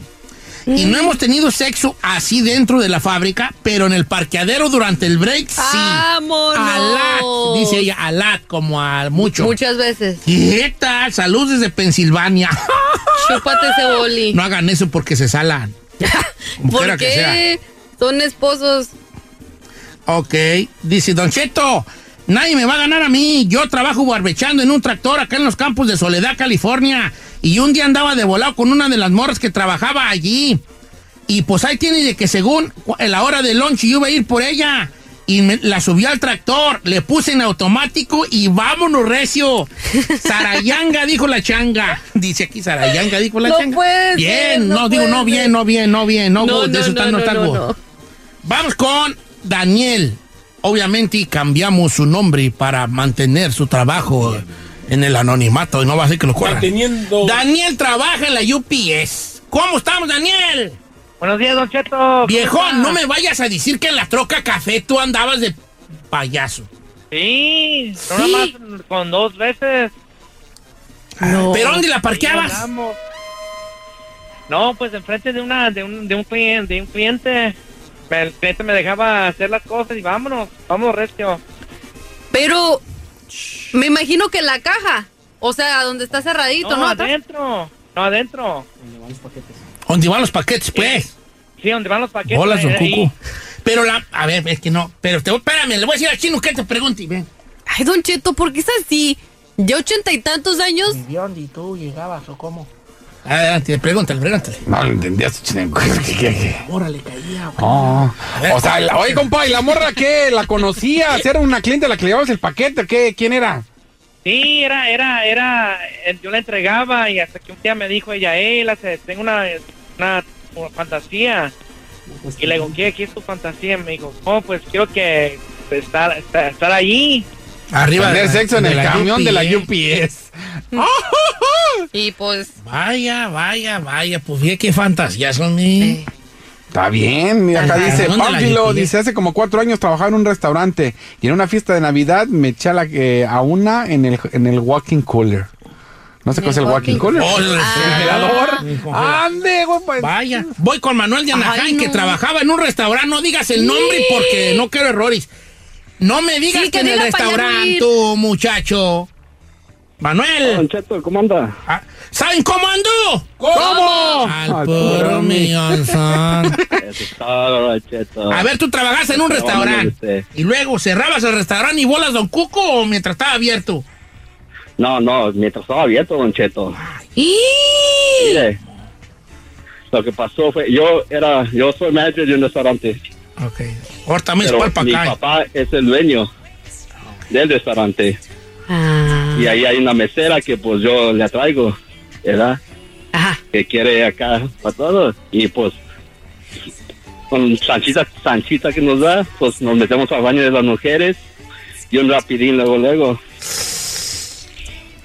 S3: Y no hemos tenido sexo así dentro de la fábrica, pero en el parqueadero durante el break sí.
S4: ¡Vámonos!
S3: Alat, dice ella, alat, como a mucho.
S4: Muchas veces.
S3: ¿Qué tal? Salud desde Pensilvania.
S4: Chúpate ese boli.
S3: No hagan eso porque se salan. Como
S4: ¿Por
S3: quiera que sea.
S4: qué? Son esposos.
S3: Ok, dice Don Cheto, nadie me va a ganar a mí. Yo trabajo barbechando en un tractor acá en los campos de Soledad, California. Y un día andaba de volado con una de las morras que trabajaba allí. Y pues ahí tiene de que según cu- en la hora de lunch yo iba a ir por ella. Y me- la subí al tractor, le puse en automático y vámonos recio. Sarayanga dijo la changa. Dice aquí Sarayanga dijo la
S4: No
S3: changa.
S4: puede ser,
S3: bien,
S4: no
S3: no, digo,
S4: puede
S3: no bien,
S4: ser.
S3: no bien, no bien, Eh, no,
S4: No,
S3: good, de
S4: no,
S3: eso
S4: no,
S3: está- no
S4: no,
S3: está
S4: no,
S3: good.
S4: no.
S3: Vamos con Daniel. Obviamente cambiamos su nombre para mantener su trabajo en el anonimato y no va a ser que lo corran. Daniel trabaja en la UPS. ¿Cómo estamos, Daniel?
S12: Buenos días, Don Cheto.
S3: Viejón, no me vayas a decir que en la troca café tú andabas de payaso.
S12: Sí, no nada más con dos veces.
S3: No. Ah, ¿Pero dónde la parqueabas?
S12: Sí, andamos. No, pues enfrente de una, de un, de un cliente, de un cliente. Me- El cliente me dejaba hacer las cosas y vámonos, vámonos recio.
S4: Pero me imagino que en la caja. O sea, donde está cerradito,
S12: No,
S4: ¿no? Atrás.
S12: adentro, no adentro.
S3: ¿Dónde van los paquetes, pues?
S12: Sí, donde van los paquetes.
S3: Hola, don
S12: ahí.
S3: Cucu. Pero la... A ver, es que no. Pero te, espérame, le voy a decir al chino que te pregunte. Ven.
S4: Ay, Don Cheto, ¿por qué es así? ¿Ya ochenta y tantos años?
S3: ¿Y tú llegabas o cómo? Adelante, pregúntale, pregúntale.
S5: No lo entendías, chino. ¿Qué, qué, qué?
S3: Órale, caía.
S5: Oh, o sea, la- oye, compa, ¿y la morra qué? ¿La conocías? ¿Era una cliente a la que le llevabas el paquete? o ¿Qué? ¿Quién era?
S12: Sí, era, era, era, eh, yo la entregaba y hasta que un día me dijo ella, hey, la, se- tengo una, una, una fantasía.
S5: Pues
S12: Y le digo, ¿qué, qué es tu fantasía? Me dijo, oh, pues quiero que estar, estar, estar allí.
S3: Arriba
S5: Tener
S3: de la-
S5: sexo en
S3: de
S5: el
S3: la
S5: camión de la
S3: UPS.
S5: UPS.
S4: Y pues.
S3: ¡Oh! Vaya, vaya, vaya. Pues bien, qué fantasías son. mi.
S5: Está bien, mira, acá
S3: Ajá.
S5: dice
S3: ¿Dónde la
S5: Pánfilo,
S3: llevé?
S5: dice, hace como cuatro años trabajaba en un restaurante y en una fiesta de Navidad me eché a, la, eh, a una en el, en el walking cooler. No sé qué es el walking cooler. Ah,
S3: Oh, el refrigerador.
S5: Ande, güey, pues.
S3: Vaya. Voy con Manuel de Anaheim, que trabajaba en un restaurante. No digas el nombre porque no quiero errores. No me digas
S4: Sí,
S3: que,
S4: que
S3: en el
S4: diga para ya no
S3: restaurante,
S4: ir.
S3: tú, muchacho. Manuel. Ah,
S8: Don Cheto, ¿cómo anda?
S3: ¿Saben cómo ando?
S8: ¿Cómo?
S3: Al puro millón son. A ver, tú trabajaste en un restaurante
S13: este,
S3: y luego cerrabas el restaurante y bolas Don Cuco o mientras estaba abierto.
S13: No, no, mientras estaba abierto, Don Cheto.
S3: Y
S13: Mire, lo que pasó fue, yo era, yo soy manager de un restaurante.
S3: Ok. Ahorita me
S13: Pero
S3: espal pa'
S13: mi
S3: acá.
S13: papá es el dueño del restaurante.
S4: Ah.
S13: Y ahí hay una mesera que pues yo le atraigo, ¿verdad? Que quiere acá para todos. Y pues con sanchita, sanchita que nos da, pues nos metemos al baño de las mujeres y un rapidín luego, luego.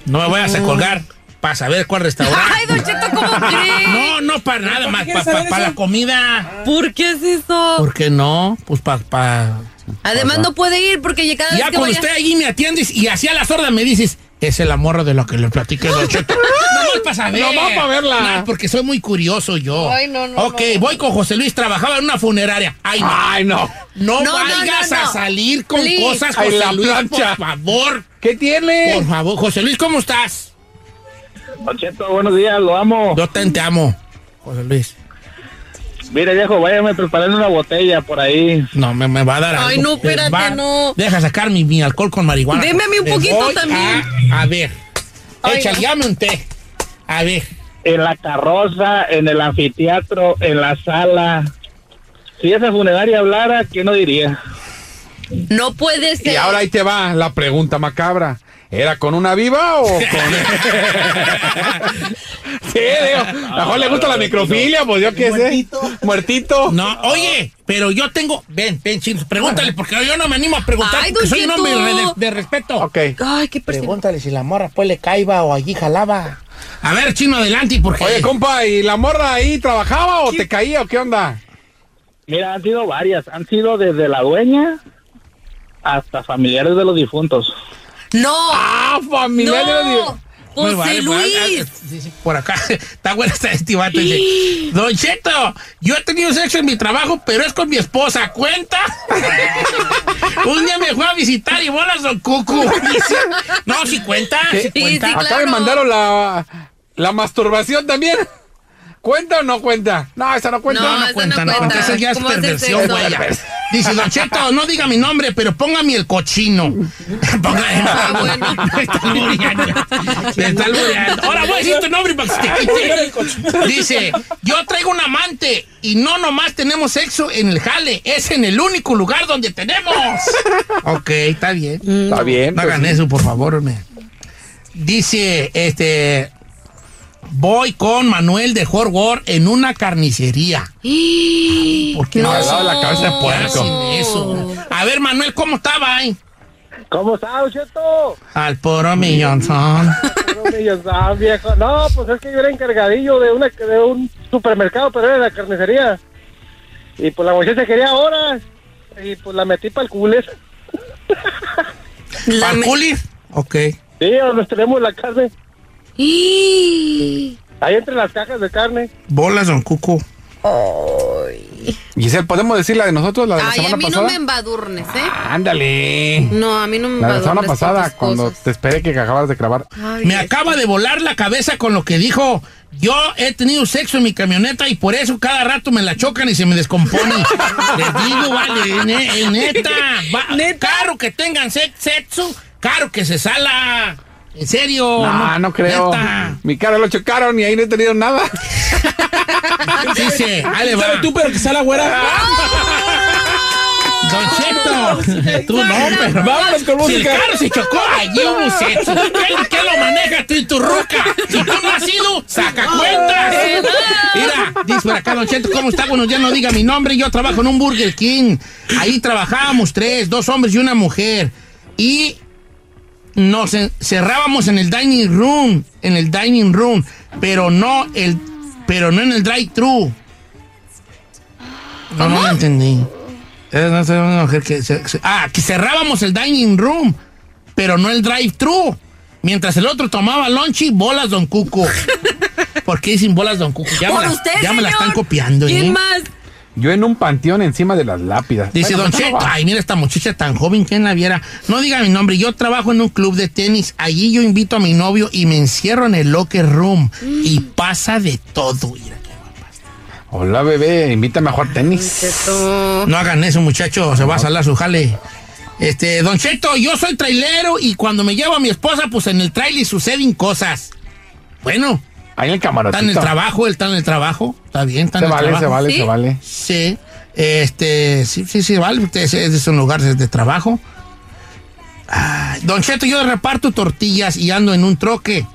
S3: No me vayas a colgar para saber cuál restaurante. Ay, Don Cheto, ¿cómo No, no, para nada más, para la comida.
S4: ¿Por qué es eso?
S3: ¿Por qué no? Pues para...
S4: Además no puede ir porque ya cada
S3: Ya
S4: vez que
S3: cuando
S4: vaya-
S3: usted allí me atiendes y hacia la sorda me dices, es el amor de lo que le platiqué, Don Cheto. No para saber.
S4: Nomás pa' verla.
S3: No, porque soy muy curioso yo.
S4: Ay, no, no,
S3: Ok, voy con José Luis, trabajaba en una funeraria. Ay, no.
S5: Ay, no.
S3: No,
S5: No, no,
S3: vayas
S5: no, no.
S3: a salir con
S5: Please.
S3: cosas,
S5: Ay,
S3: José
S5: la
S3: Luis,
S5: plancha.
S3: por favor.
S5: ¿Qué tiene?
S3: Por favor, José Luis, ¿cómo estás?
S13: Don Cheto, buenos días, lo amo.
S3: Yo te, te amo, José Luis.
S13: Mire, viejo, váyame preparando una botella por ahí.
S3: No, me, me va a dar
S4: Ay,
S3: algo.
S4: no, espérate,
S3: Va-
S4: no.
S3: Deja sacar mi, mi alcohol con marihuana.
S4: Deme a mí un
S3: Me
S4: poquito
S3: voy
S4: también.
S3: A, a ver,
S4: Ay,
S3: echa,
S4: no.
S3: llame un té. A ver.
S13: En la carroza, en el anfiteatro, en la sala. Si esa funeraria hablara, ¿qué no diría?
S4: No puede ser.
S5: Y ahora ahí te va la pregunta macabra. ¿Era con una viva o con.? sí, digo.
S3: Ah,
S5: Mejor le gusta la necrofilia, pues yo qué sé. Muertito.
S3: No, oye, pero yo tengo. Ven, ven, chinos, pregúntale, porque yo no me animo a preguntar.
S4: Ay,
S3: porque
S4: don
S3: soy un
S4: Cheto.
S3: hombre de, de respeto.
S5: Ok.
S4: Ay, qué
S3: Pregúntale si la morra pues le caiba o allí jalaba. A ver, chino, adelante, porque.
S5: Oye, compa, ¿y la morra ahí trabajaba o te caía o qué onda?
S13: Mira, han sido varias. Han sido desde la dueña hasta familiares de los difuntos.
S4: No.
S5: Ah, familiar.
S4: No. José Luis.
S3: Ah, por acá está bueno este, este vato, dice, Don Cheto, yo he tenido sexo en mi trabajo, pero es con mi esposa. ¿Cuenta? Un día me fue a visitar y bolas don Cucu. Dice, no, si cuenta, si cuenta.
S5: Acá me mandaron la, la masturbación también. ¿Cuenta o no cuenta? No, esa no cuenta.
S3: No, no cuenta, no cuenta. Eso ya es
S4: ¿Cómo haces
S3: perversión,
S4: eso?
S3: güey. Dice, Don Cheto, no diga mi nombre, pero póngame el cochino. Póngame.
S4: Ah,
S3: Me está albureando. Me está albureando. Ahora voy a decir tu nombre para que se te quite. Dice, yo traigo un amante y no nomás tenemos sexo en el jale, es en el único lugar donde tenemos. ok, está bien.
S5: Está bien.
S3: No
S5: pues,
S3: hagan
S5: sí.
S3: eso, por favor. me. Dice, este, voy con Manuel de Horgor en una carnicería. ¿Por qué
S5: Al lado de la cabeza de puerco.
S3: hacen eso? A ver, Manuel, ¿cómo estaba ahí?
S13: ¿Cómo está, Don Cheto?
S3: Al poro millonzón.
S13: Pero, niños, ah, viejo. No, pues es que yo era encargadillo de, una, de un supermercado, pero era de la carnicería. Y pues la muchacha quería horas. Y pues la metí para el cules.
S3: ¿Al culis? Ok.
S13: Sí, donde tenemos la carne.
S4: Y...
S13: Ahí entre las cajas de carne.
S3: Bolas, don Cuco.
S5: Giselle, ¿podemos decir la de nosotros, la de la
S4: Ay, a
S5: semana
S4: mí
S5: pasada?
S4: no me embadurnes, ¿eh?
S5: Ándale.
S4: No, a mí no me
S5: La de la
S4: embadurnes.
S5: semana pasada,
S4: con tus
S5: cuando
S4: cosas.
S5: te esperé que acabas de grabar.
S4: Ay,
S3: Me acaba de volar la cabeza con lo que dijo. Yo he tenido sexo en mi camioneta y por eso cada rato me la chocan y se me descompone. Les digo, vale, ne- eh, neta. va- Caro que tengan sex- sexo, caro que se sala. En serio.
S5: no, no creo.
S3: neta.
S5: Mi cara lo chocaron y ahí no he tenido nada.
S3: Dice, ahí le va.
S7: ¿Sabes tú, pero que sea la güera?
S3: Don Cheto, tú no, pero
S5: Vámonos con
S3: Si el
S5: música.
S3: carro se chocó, allí hubo sexo. ¿Qué, qué lo maneja tú y tu ruca? Si tú no has ido, saca cuentas. Mira, dice por acá, Don Cheto, ¿cómo está? Bueno, ya no diga mi nombre. Yo trabajo en un Burger King. Ahí trabajábamos tres, dos hombres y una mujer. Y nos en- cerrábamos en el dining room, en el dining room, pero no el, pero no en el drive-thru. No, no lo entendí. Eh, no sé, una mujer que se- se- ah, que cerrábamos el dining room, pero no el drive-thru. Mientras el otro tomaba lunch y bolas Don Cuco. ¿Por qué dicen bolas Don Cuco? Ya, me
S4: Por
S3: las-
S4: usted,
S3: ya me la
S4: señor.
S3: están copiando, ¿eh?
S4: ¿Quién más?
S14: Yo en un panteón encima de las lápidas.
S3: Dice
S14: Bueno,
S3: Don
S5: pues,
S14: pero
S3: Cheto,
S5: ah,
S3: ay, mira esta muchacha tan joven, ¿quién la viera? No diga mi nombre, yo trabajo en un club de tenis, allí yo invito a mi novio y me encierro en el locker room y pasa de todo. mira.
S14: Hola, bebé, invítame a jugar tenis.
S3: No hagan eso, muchachos, se va a salar su jale. Este, Don Cheto, yo soy trailero y cuando me llevo a mi esposa, pues en el trailer suceden cosas. Bueno.
S14: Ahí en el camarote.
S3: Está en el trabajo, él está en el trabajo. Está bien, está
S14: Se
S3: en el
S14: vale,
S3: trabajo.
S14: se vale, se
S3: Sí.
S14: vale.
S3: Sí. Este, sí, sí, sí, vale. porque Es, es un lugar de, de trabajo. Ay, don Cheto, yo reparto tortillas y ando en un troque.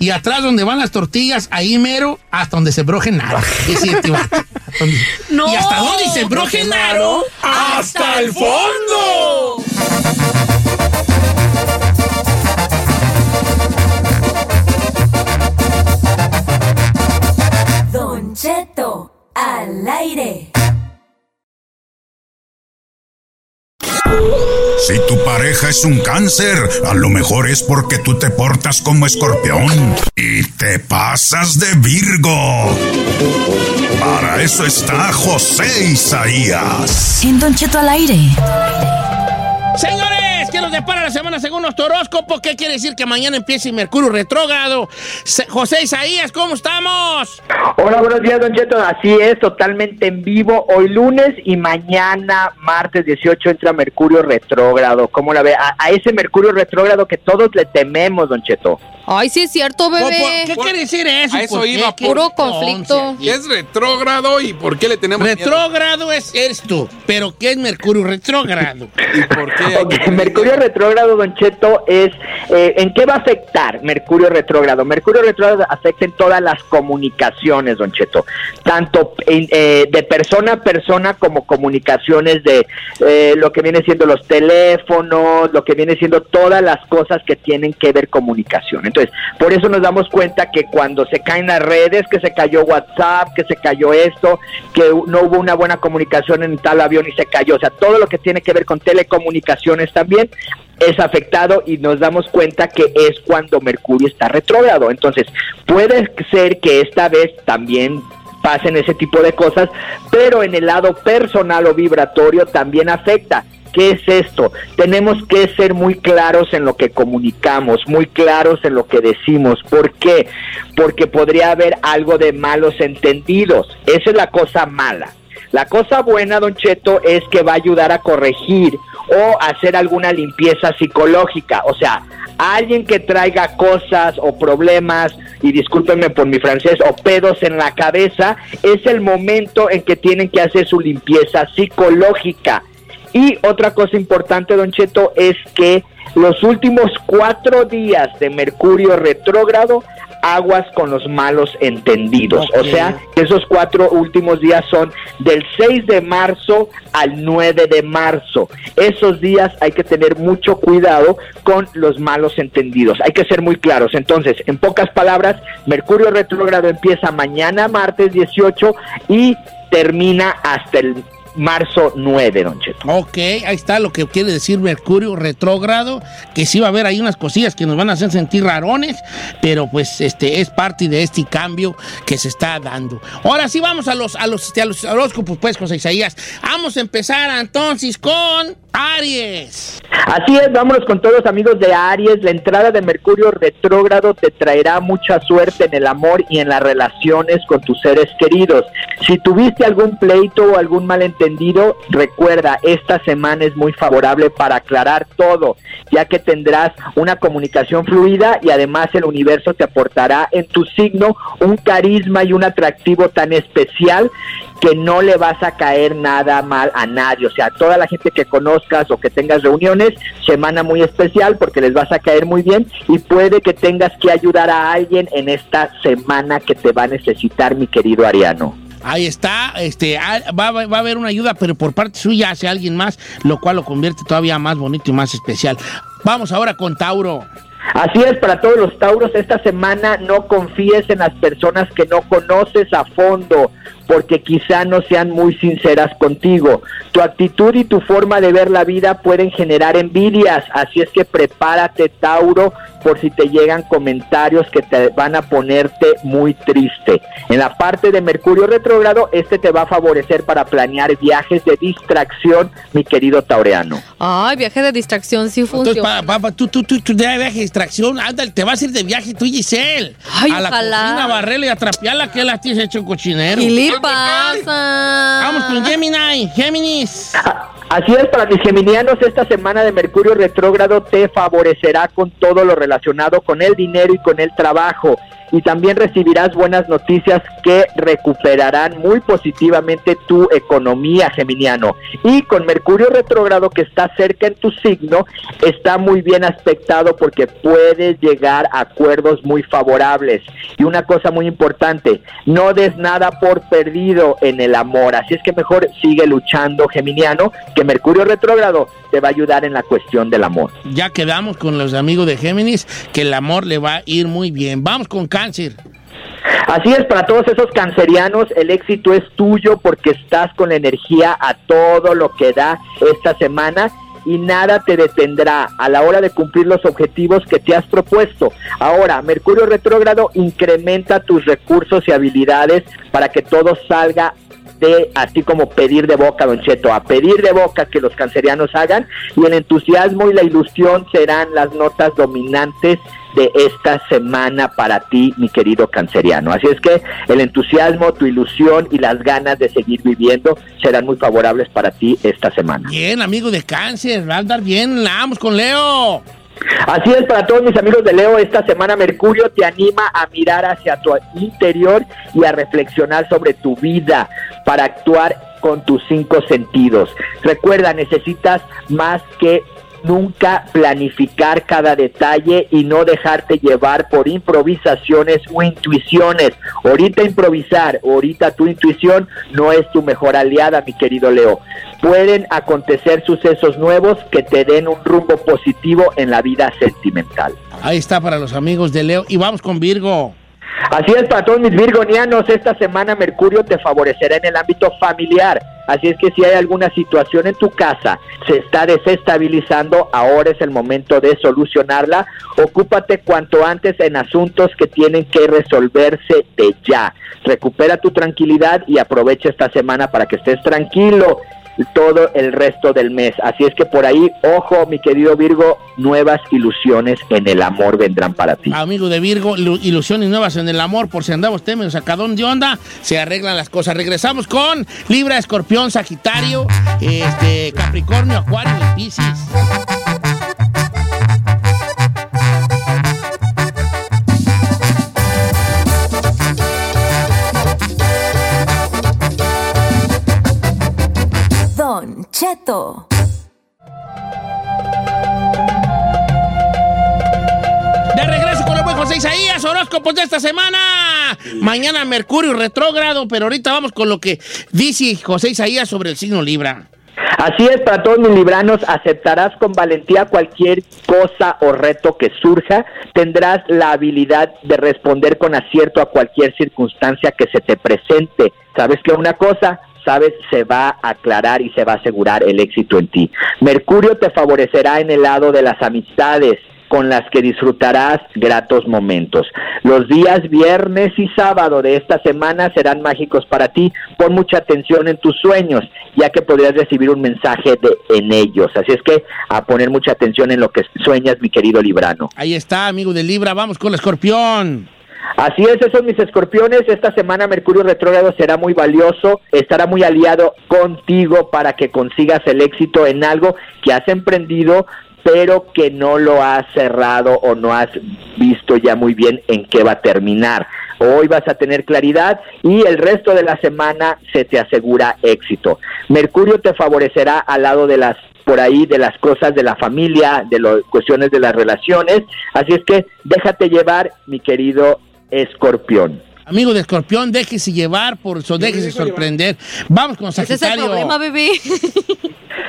S3: Y atrás donde van las tortillas, ahí mero, hasta donde se brojenaro. Dice este vato. Hasta donde- Y hasta donde se brojenaro, hasta el fondo.
S6: Don Cheto al aire.
S15: Si tu pareja es un cáncer, a lo mejor es porque tú te portas como escorpión y te pasas de Virgo. Para eso está José Isaías.
S3: En Don Cheto al aire. Señores, ¿qué nos depara la semana según nuestro horóscopo? ¿Qué quiere decir que mañana empiece Mercurio retrógrado? Se- José Isaías, ¿cómo estamos?
S16: Hola, buenos días, Don Cheto. Así es, totalmente en vivo. Hoy lunes y mañana, martes 18, entra Mercurio retrógrado. ¿Cómo la ve? A, a ese Mercurio retrógrado que todos le tememos, Don Cheto.
S4: Ay, sí es cierto, bebé.
S3: ¿Qué quiere decir eso?
S5: A eso ¿Por qué? iba, ¿Qué
S4: Puro
S5: conflicto?
S4: conflicto.
S5: Y es retrógrado y ¿por qué le tenemos miedo?
S3: Retrógrado es esto, pero ¿qué es Mercurio retrógrado?
S16: Ok, Mercurio retrógrado, Don Cheto, es eh, ¿en qué va a afectar Mercurio retrógrado? Mercurio retrógrado afecta en todas las comunicaciones, Don Cheto, tanto en, eh, de persona a persona como comunicaciones de eh, lo que viene siendo los teléfonos, lo que viene siendo todas las cosas que tienen que ver comunicación. Entonces, por eso nos damos cuenta que cuando se caen las redes, que se cayó WhatsApp, que se cayó esto, que no hubo una buena comunicación en tal avión y se cayó. O sea, todo lo que tiene que ver con telecomunicaciones también es afectado y nos damos cuenta que es cuando Mercurio está retrógrado. Entonces, puede ser que esta vez también pasen ese tipo de cosas, pero en el lado personal o vibratorio también afecta. ¿Qué es esto? Tenemos que ser muy claros en lo que comunicamos, muy claros en lo que decimos. ¿Por qué? Porque podría haber algo de malos entendidos. Esa es la cosa mala. La cosa buena, don Cheto, es que va a ayudar a corregir o hacer alguna limpieza psicológica. O sea, alguien que traiga cosas o problemas, y discúlpenme por mi francés, o pedos en la cabeza, es el momento en que tienen que hacer su limpieza psicológica. Y otra cosa importante, don Cheto, es que los últimos cuatro días de Mercurio retrógrado, aguas con los malos entendidos. O sea, que esos cuatro últimos días son del 6 de marzo al 9 de marzo. Esos días hay que tener mucho cuidado con los malos entendidos. Hay que ser muy claros. Entonces, en pocas palabras, Mercurio retrógrado empieza mañana, martes 18, y termina hasta el marzo 9, don Cheto.
S3: Ok, ahí está lo que quiere decir Mercurio retrógrado, que sí va a haber ahí unas cosillas que nos van a hacer sentir rarones, pero pues este es parte de este cambio que se está dando. Ahora sí vamos a los a los, este, a los horóscopos pues José Isaías. Vamos a empezar entonces con Aries.
S16: Así es, vámonos con todos amigos de Aries. La entrada de Mercurio retrógrado te traerá mucha suerte en el amor y en las relaciones con tus seres queridos. Si tuviste algún pleito o algún malentendido, recuerda, esta semana es muy favorable para aclarar todo, ya que tendrás una comunicación fluida y además el universo te aportará en tu signo un carisma y un atractivo tan especial que no le vas a caer nada mal a nadie. O sea, toda la gente que conozcas o que tengas reuniones, semana muy especial porque les vas a caer muy bien y puede que tengas que ayudar a alguien en esta semana que te va a necesitar, mi querido Ariano.
S3: Ahí está, este a- va, va- va a haber una ayuda, pero por parte suya hacia alguien más, lo cual lo convierte todavía más bonito y más especial. Vamos ahora con Tauro.
S16: Así es, para todos los Tauros, esta semana no confíes en las personas que no conoces a fondo. porque quizá no sean muy sinceras contigo. Tu actitud y tu forma de ver la vida pueden generar envidias, así es que prepárate, Tauro, por si te llegan comentarios que te van a ponerte muy triste. En la parte de Mercurio retrógrado, este te va a favorecer para planear viajes de distracción, mi querido Taureano.
S4: Ay, viaje de distracción sí
S3: Entonces,
S4: funciona.
S3: pa- pa- pa- tú, tú, tú, tú, de viaje, distracción, ándale, te vas a ir de viaje tú y Giselle.
S4: Ay,
S3: a la
S4: ojalá.
S3: cocina, a barrerle y a trapearla que las tienes hecho un cochinero.
S4: ¿Y le pasa?
S3: Vamos con Gemini, Géminis.
S16: Así es, para mis geminianos, esta semana de Mercurio retrógrado te favorecerá con todo lo relacionado con el dinero y con el trabajo. Y también recibirás buenas noticias que recuperarán muy positivamente tu economía, geminiano. Y con Mercurio retrógrado que está cerca en tu signo, está muy bien aspectado porque puedes llegar a acuerdos muy favorables. Y una cosa muy importante, no des nada por perdido en el amor. Así es que mejor sigue luchando, Geminiano, que Mercurio retrógrado te va a ayudar en la cuestión del amor.
S3: Ya quedamos con los amigos de Géminis que el amor le va a ir muy bien. Vamos con Cáncer.
S16: Así es, para todos esos cancerianos, el éxito es tuyo porque estás con la energía a todo lo que da esta semana y nada te detendrá a la hora de cumplir los objetivos que te has propuesto. Ahora, Mercurio retrógrado incrementa tus recursos y habilidades para que todo salga de así como pedir de boca, Don Cheto, a pedir de boca que los cancerianos hagan y el entusiasmo y la ilusión serán las notas dominantes de esta semana para ti, mi querido canceriano. Así es que el entusiasmo, tu ilusión y las ganas de seguir viviendo serán muy favorables para ti esta semana.
S3: Bien, amigo de Cáncer, va a andar bien. Vamos con Leo.
S16: Así es, para todos mis amigos de Leo, esta semana Mercurio te anima a mirar hacia tu interior y a reflexionar sobre tu vida para actuar con tus cinco sentidos. Recuerda, necesitas más que nunca planificar cada detalle y no dejarte llevar por improvisaciones o intuiciones. Ahorita improvisar, ahorita tu intuición no es tu mejor aliada, mi querido Leo. Pueden acontecer sucesos nuevos que te den un rumbo positivo en la vida sentimental.
S3: Ahí está para los amigos de Leo. Y vamos con Virgo.
S16: Así es, para todos mis virgonianos, esta semana Mercurio te favorecerá en el ámbito familiar. Así es que si hay alguna situación en tu casa, se está desestabilizando, ahora es el momento de solucionarla. Ocúpate cuanto antes en asuntos que tienen que resolverse de ya. Recupera tu tranquilidad y aprovecha esta semana para que estés tranquilo todo el resto del mes. Así es que por ahí, ojo, mi querido Virgo, nuevas ilusiones en el amor vendrán para ti.
S3: Amigo de Virgo, ilu- ilusiones nuevas en el amor, por si andamos temen sacadón de onda, se arreglan las cosas. Regresamos con Libra, Escorpión, Sagitario, este, Capricornio, Acuario y Piscis.
S6: Don Cheto.
S3: De regreso con el buen José Isaías, horóscopos de esta semana. Mañana Mercurio retrógrado, pero ahorita vamos con lo que dice José Isaías sobre el signo Libra.
S16: Así es, para todos mis libranos, aceptarás con valentía cualquier cosa o reto que surja, tendrás la habilidad de responder con acierto a cualquier circunstancia que se te presente. ¿Sabes que una cosa? Sabes, se va a aclarar y se va a asegurar el éxito en ti. Mercurio te favorecerá en el lado de las amistades con las que disfrutarás gratos momentos. Los días viernes y sábado de esta semana serán mágicos para ti. Pon mucha atención en tus sueños, ya que podrías recibir un mensaje de, en ellos. Así es que a poner mucha atención en lo que sueñas, mi querido Librano.
S3: Ahí está, amigo de Libra, vamos con el Escorpión.
S16: Así es, esos mis escorpiones. Esta semana Mercurio retrógrado será muy valioso, estará muy aliado contigo para que consigas el éxito en algo que has emprendido, pero que no lo has cerrado o no has visto ya muy bien en qué va a terminar. Hoy vas a tener claridad y el resto de la semana se te asegura éxito. Mercurio te favorecerá al lado de las por ahí de las cosas de la familia, de las cuestiones de las relaciones. Así es que déjate llevar, mi querido escorpión.
S3: Amigo de Escorpión, déjese llevar por eso, déjese sorprender. Vamos con
S4: Ese es el
S3: Sagitario.
S4: problema, bebé.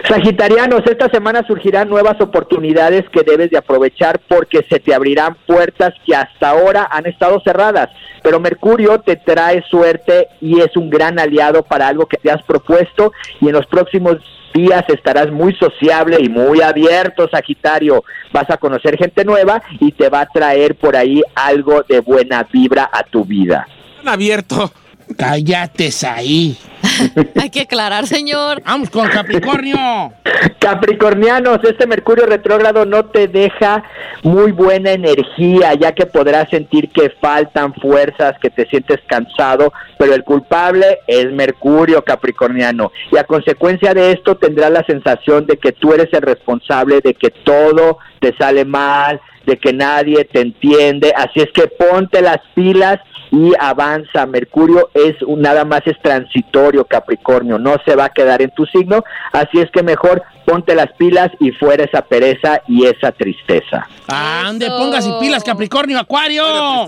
S16: Sagitarianos, esta semana surgirán nuevas oportunidades que debes de aprovechar porque se te abrirán puertas que hasta ahora han estado cerradas. Pero Mercurio te trae suerte y es un gran aliado para algo que te has propuesto y en los próximos días estarás muy sociable y muy abierto, Sagitario. Vas a conocer gente nueva y te va a traer por ahí algo de buena vibra a tu vida.
S3: abierto. Cállate, ahí.
S4: Hay que aclarar, señor.
S3: Vamos con Capricornio.
S16: Capricornianos, este Mercurio retrógrado no te deja muy buena energía, ya que podrás sentir que faltan fuerzas, que te sientes cansado, pero el culpable es Mercurio, Capricorniano. Y a consecuencia de esto tendrás la sensación de que tú eres el responsable, de que todo te sale mal, de que nadie te entiende. Así es que ponte las pilas y avanza. Mercurio es un- nada más es transitorio, Capricornio, no se va a quedar en tu signo, así es que mejor ponte las pilas y fuera esa pereza y esa tristeza.
S3: Ande, pongas y pilas, Capricornio, Acuario.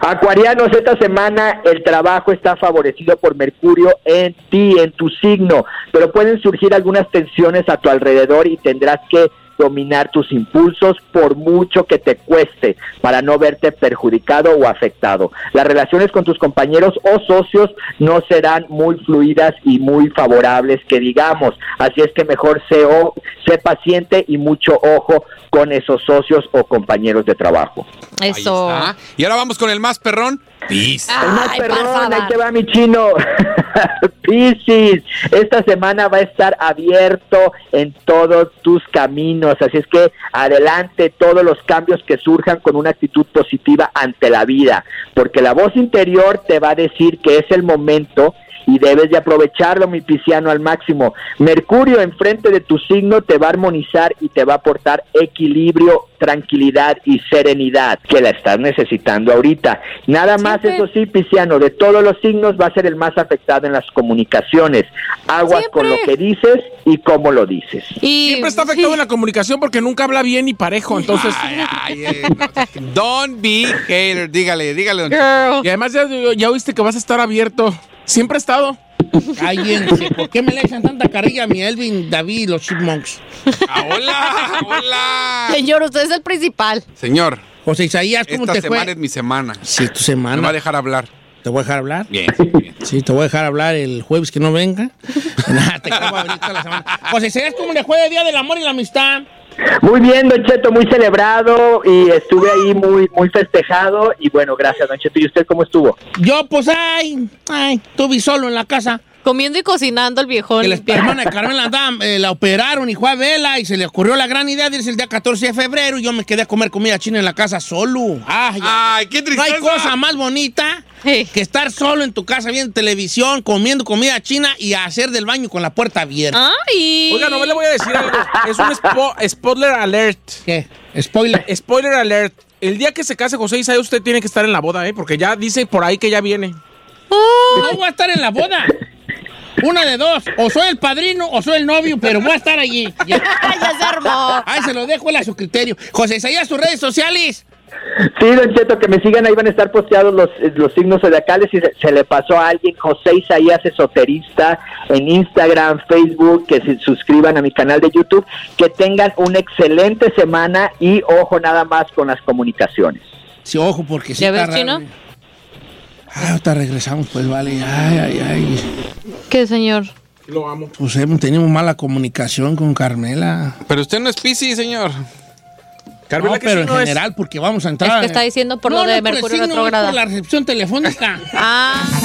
S16: Acuarianos, esta semana el trabajo está favorecido por Mercurio en ti, en tu signo, pero pueden surgir algunas tensiones a tu alrededor y tendrás que dominar tus impulsos por mucho que te cueste para no verte perjudicado o afectado. Las relaciones con tus compañeros o socios no serán muy fluidas y muy favorables que digamos, así es que mejor sé, o- sé paciente y mucho ojo con esos socios o compañeros de trabajo.
S4: Eso.
S5: Y ahora vamos con el más perrón. Peace.
S16: El más perrón, ahí te va mi chino. Piscis, esta semana va a estar abierto en todos tus caminos, así es que adelante todos los cambios que surjan con una actitud positiva ante la vida, porque la voz interior te va a decir que es el momento y debes de aprovecharlo, mi pisciano, al máximo. Mercurio enfrente de tu signo te va a armonizar y te va a aportar equilibrio, tranquilidad y serenidad que la estás necesitando ahorita. Nada más, eso sí, pisciano, de todos los signos va a ser el más afectado en las comunicaciones. Aguas con lo que dices y cómo lo dices.
S7: Siempre está afectado en la comunicación porque nunca habla bien y parejo, entonces...
S5: eh, Don't be hater, dígale, dígale. don
S7: Y además ya, ya oíste que vas a estar abierto. Siempre ha estado.
S3: Cállense, ¿por qué me le echan tanta carrilla a mi Elvin, David y los Chipmunks?
S4: Señor, usted es el principal.
S5: Señor.
S3: José Isaías, ¿cómo
S5: Esta
S3: te fue?
S5: semana es mi semana.
S3: Sí, tu semana.
S5: Me va a dejar hablar.
S3: ¿Te voy a dejar hablar?
S5: Bien,
S3: Sí, te voy a dejar hablar el jueves que no venga. Nah, te acabo de abrir toda la semana. Pues, José Isaías, ¿cómo le fue de Día del Amor y la Amistad?
S16: Muy bien, Don Cheto, muy celebrado y estuve ahí muy, muy festejado y bueno, gracias, Don Cheto. ¿Y usted cómo estuvo?
S3: Yo, pues, ay, ay, estuve solo en la casa.
S4: Comiendo y cocinando el viejón.
S3: Que la hermana de Carmen la, andaba- eh, la operaron y fue a vela y se le ocurrió la gran idea de irse el día 14 de febrero y yo me quedé a comer comida china en la casa solo. ¡Ay,
S5: ay qué
S3: tristeza! No hay cosa más bonita que estar solo en tu casa viendo televisión, comiendo comida china y hacer del baño con la puerta abierta.
S4: ¡Ay!
S7: Oiga, no le voy a decir algo. Es un spo- spoiler alert.
S3: ¿Qué? Spoiler.
S7: Spoiler alert. El día que se case José Isaías, usted tiene que estar en la boda, ¿eh? Porque ya dice por ahí que ya viene.
S3: No voy a estar en la boda. Una de dos. O soy el padrino o soy el novio, pero voy a estar allí. Ya,
S4: se armó.
S3: Ay, se lo dejo él a su criterio. José Isaías, sus redes sociales.
S16: Sí, Don Cheto, que me sigan, ahí van a estar posteados los, eh, los signos zodiacales. Si se, se le pasó a alguien, José Isaías Esoterista, en Instagram, Facebook, que se suscriban a mi canal de YouTube. Que tengan una excelente semana y ojo nada más con las comunicaciones.
S3: Sí, ojo, porque sí
S4: ¿Ya
S3: está
S4: ves,
S3: raro. ¿eh?
S4: chino?
S3: Ay, Ah, ahorita regresamos, pues vale. Ay, ay, ay.
S4: ¿Qué, señor?
S7: Lo amo.
S3: Pues hemos tenido mala comunicación con Carmela.
S5: Pero usted no es Pisces, señor.
S3: No, pero en general, porque vamos a
S4: Es
S3: entrar.
S4: que está diciendo por
S3: No,
S4: lo
S3: no
S4: de
S3: por el
S4: Mercurio
S3: signo, es
S4: retrógrado.
S3: por la recepción telefónica.
S4: Ah.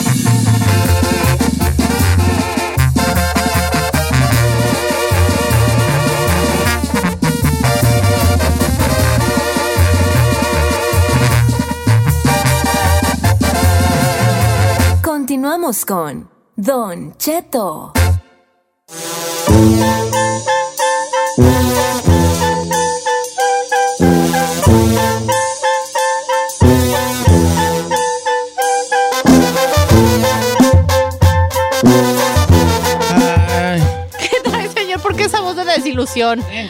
S6: Continuamos con Don Cheto.
S4: ¿Qué trae, señor? ¿Por qué esa voz de decir desilusión de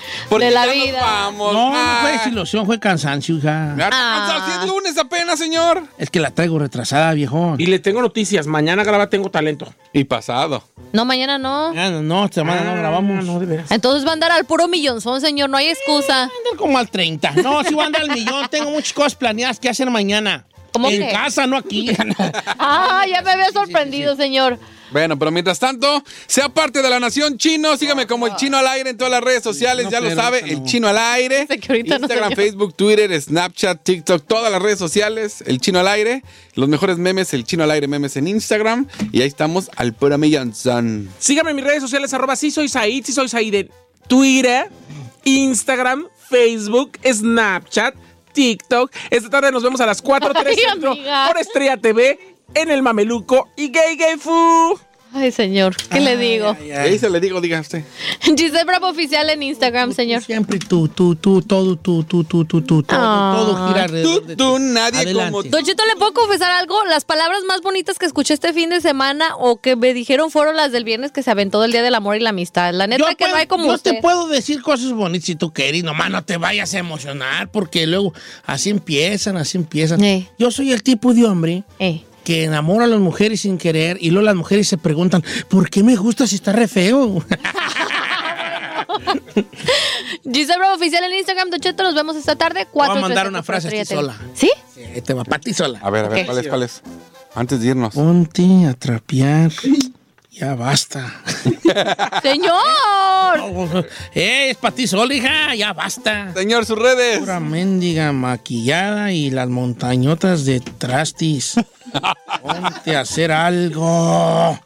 S4: la vida. Ah.
S5: vamos?
S3: No, no fue desilusión, fue cansancio, hija. Ah,
S5: es lunes apenas, señor.
S3: Es que la traigo retrasada, viejo.
S7: Y le tengo noticias. Mañana graba Tengo Talento.
S5: Y pasado.
S4: No, mañana no.
S3: No, no, esta semana
S7: Ah,
S3: no grabamos. No, de veras.
S4: Entonces va a andar al puro millonzón, señor. No hay excusa.
S3: como al 30. No, si voy a andar al millón. Tengo muchas cosas planeadas que hacer mañana.
S4: ¿Cómo
S3: en
S4: qué?
S3: casa, no aquí.
S4: Ah, ya me había sorprendido, señor.
S5: Bueno, pero mientras tanto, sea parte de la nación chino. Sígame como el chino al aire en todas las redes sociales. ya lo
S7: pero
S5: sabe,
S7: ahorita
S5: el chino al aire.
S4: ahorita no,
S5: Instagram,
S4: señor.
S5: Facebook, Twitter, Snapchat, TikTok, todas las redes sociales. El chino al aire. Los mejores memes, el chino al aire memes en Instagram. Y ahí estamos al pura millonzón.
S7: Síganme en mis redes sociales, arroba si soy Said, si soy Said en Twitter, Instagram, Facebook, Snapchat, TikTok. Esta tarde nos vemos a las 4, 3
S4: Ay,
S7: centro
S4: amiga.
S7: por Estrella TV en El Mameluco y Gay Gay Fu.
S4: Ay, señor, ¿qué le digo?
S5: Ahí se le digo, diga usted.
S4: Giselle Bravo Oficial en Instagram, señor.
S3: Siempre tú, tú, tú, todo, tú, tú, tú, tú, tú, todo,
S4: Ah.
S3: todo gira alrededor de ti.
S5: nadie
S3: Adelante.
S4: Don Cheto, ¿le puedo confesar algo? Las palabras más bonitas que escuché este fin de semana o que me dijeron fueron las del viernes que se aventó del Día del Amor y la Amistad. La neta
S3: Yo
S4: que
S3: puedo-
S4: no hay como
S3: yo
S4: usted.
S3: te puedo decir cosas bonitas si tú querés, nomás no te vayas a emocionar porque luego así empiezan, así empiezan.
S4: Eh.
S3: Yo soy el tipo de hombre que enamora a las mujeres sin querer y luego las mujeres se preguntan, ¿por qué me gusta si está re feo?
S4: Giselle Bravo Oficial en Instagram, Don Cheto, nos vemos esta tarde.
S3: Voy
S4: Cuatro,
S3: a
S4: tres,
S3: mandar
S4: cinco,
S3: una
S4: cuatro,
S3: frase
S4: tres,
S3: así
S4: tres.
S3: sola.
S4: ¿Sí?
S3: Sí, Eh, te va para ti sola.
S5: A ver, a ver,
S3: Ok.
S5: ¿cuál es, cuál es? Antes de irnos.
S3: Ponte a trapear. Ya basta.
S4: ¡Señor!
S3: Eh, es para ti sola, hija, ya basta.
S5: Señor, sus redes.
S3: Pura mendiga maquillada y las montañotas de trastis. Ponte a hacer algo.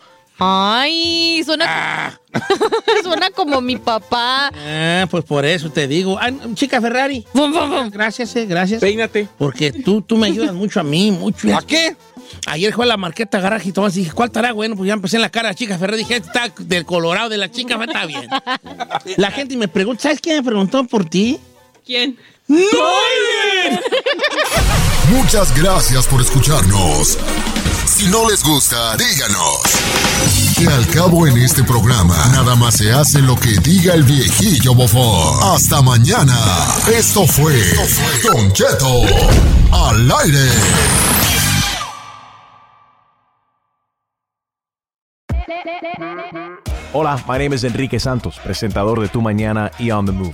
S4: Ay, suena, suena como mi papá.
S3: Ah, pues por eso te digo. Ah, chica Ferrari. Gracias, eh, gracias.
S7: Peínate.
S3: Porque tú, tú me ayudas mucho a mí, mucho. ¿A
S5: qué?
S3: Ayer fue a la marqueta garaje y Tomás dije, ¿cuál estará? Bueno, pues ya empecé en la cara de la chica Ferrari. Dije, está del colorado de la chica, está bien. La gente me pregunta, ¿sabes quién me preguntó por ti?
S4: ¿Quién?
S2: Muchas gracias por escucharnos. Si no les gusta, díganos. Que al cabo en este programa, nada más se hace lo que diga el viejillo bofón. Hasta mañana. Esto fue Don Cheto al aire.
S17: Hola, my name is Enrique Santos, presentador de Tu Mañana y On the Move.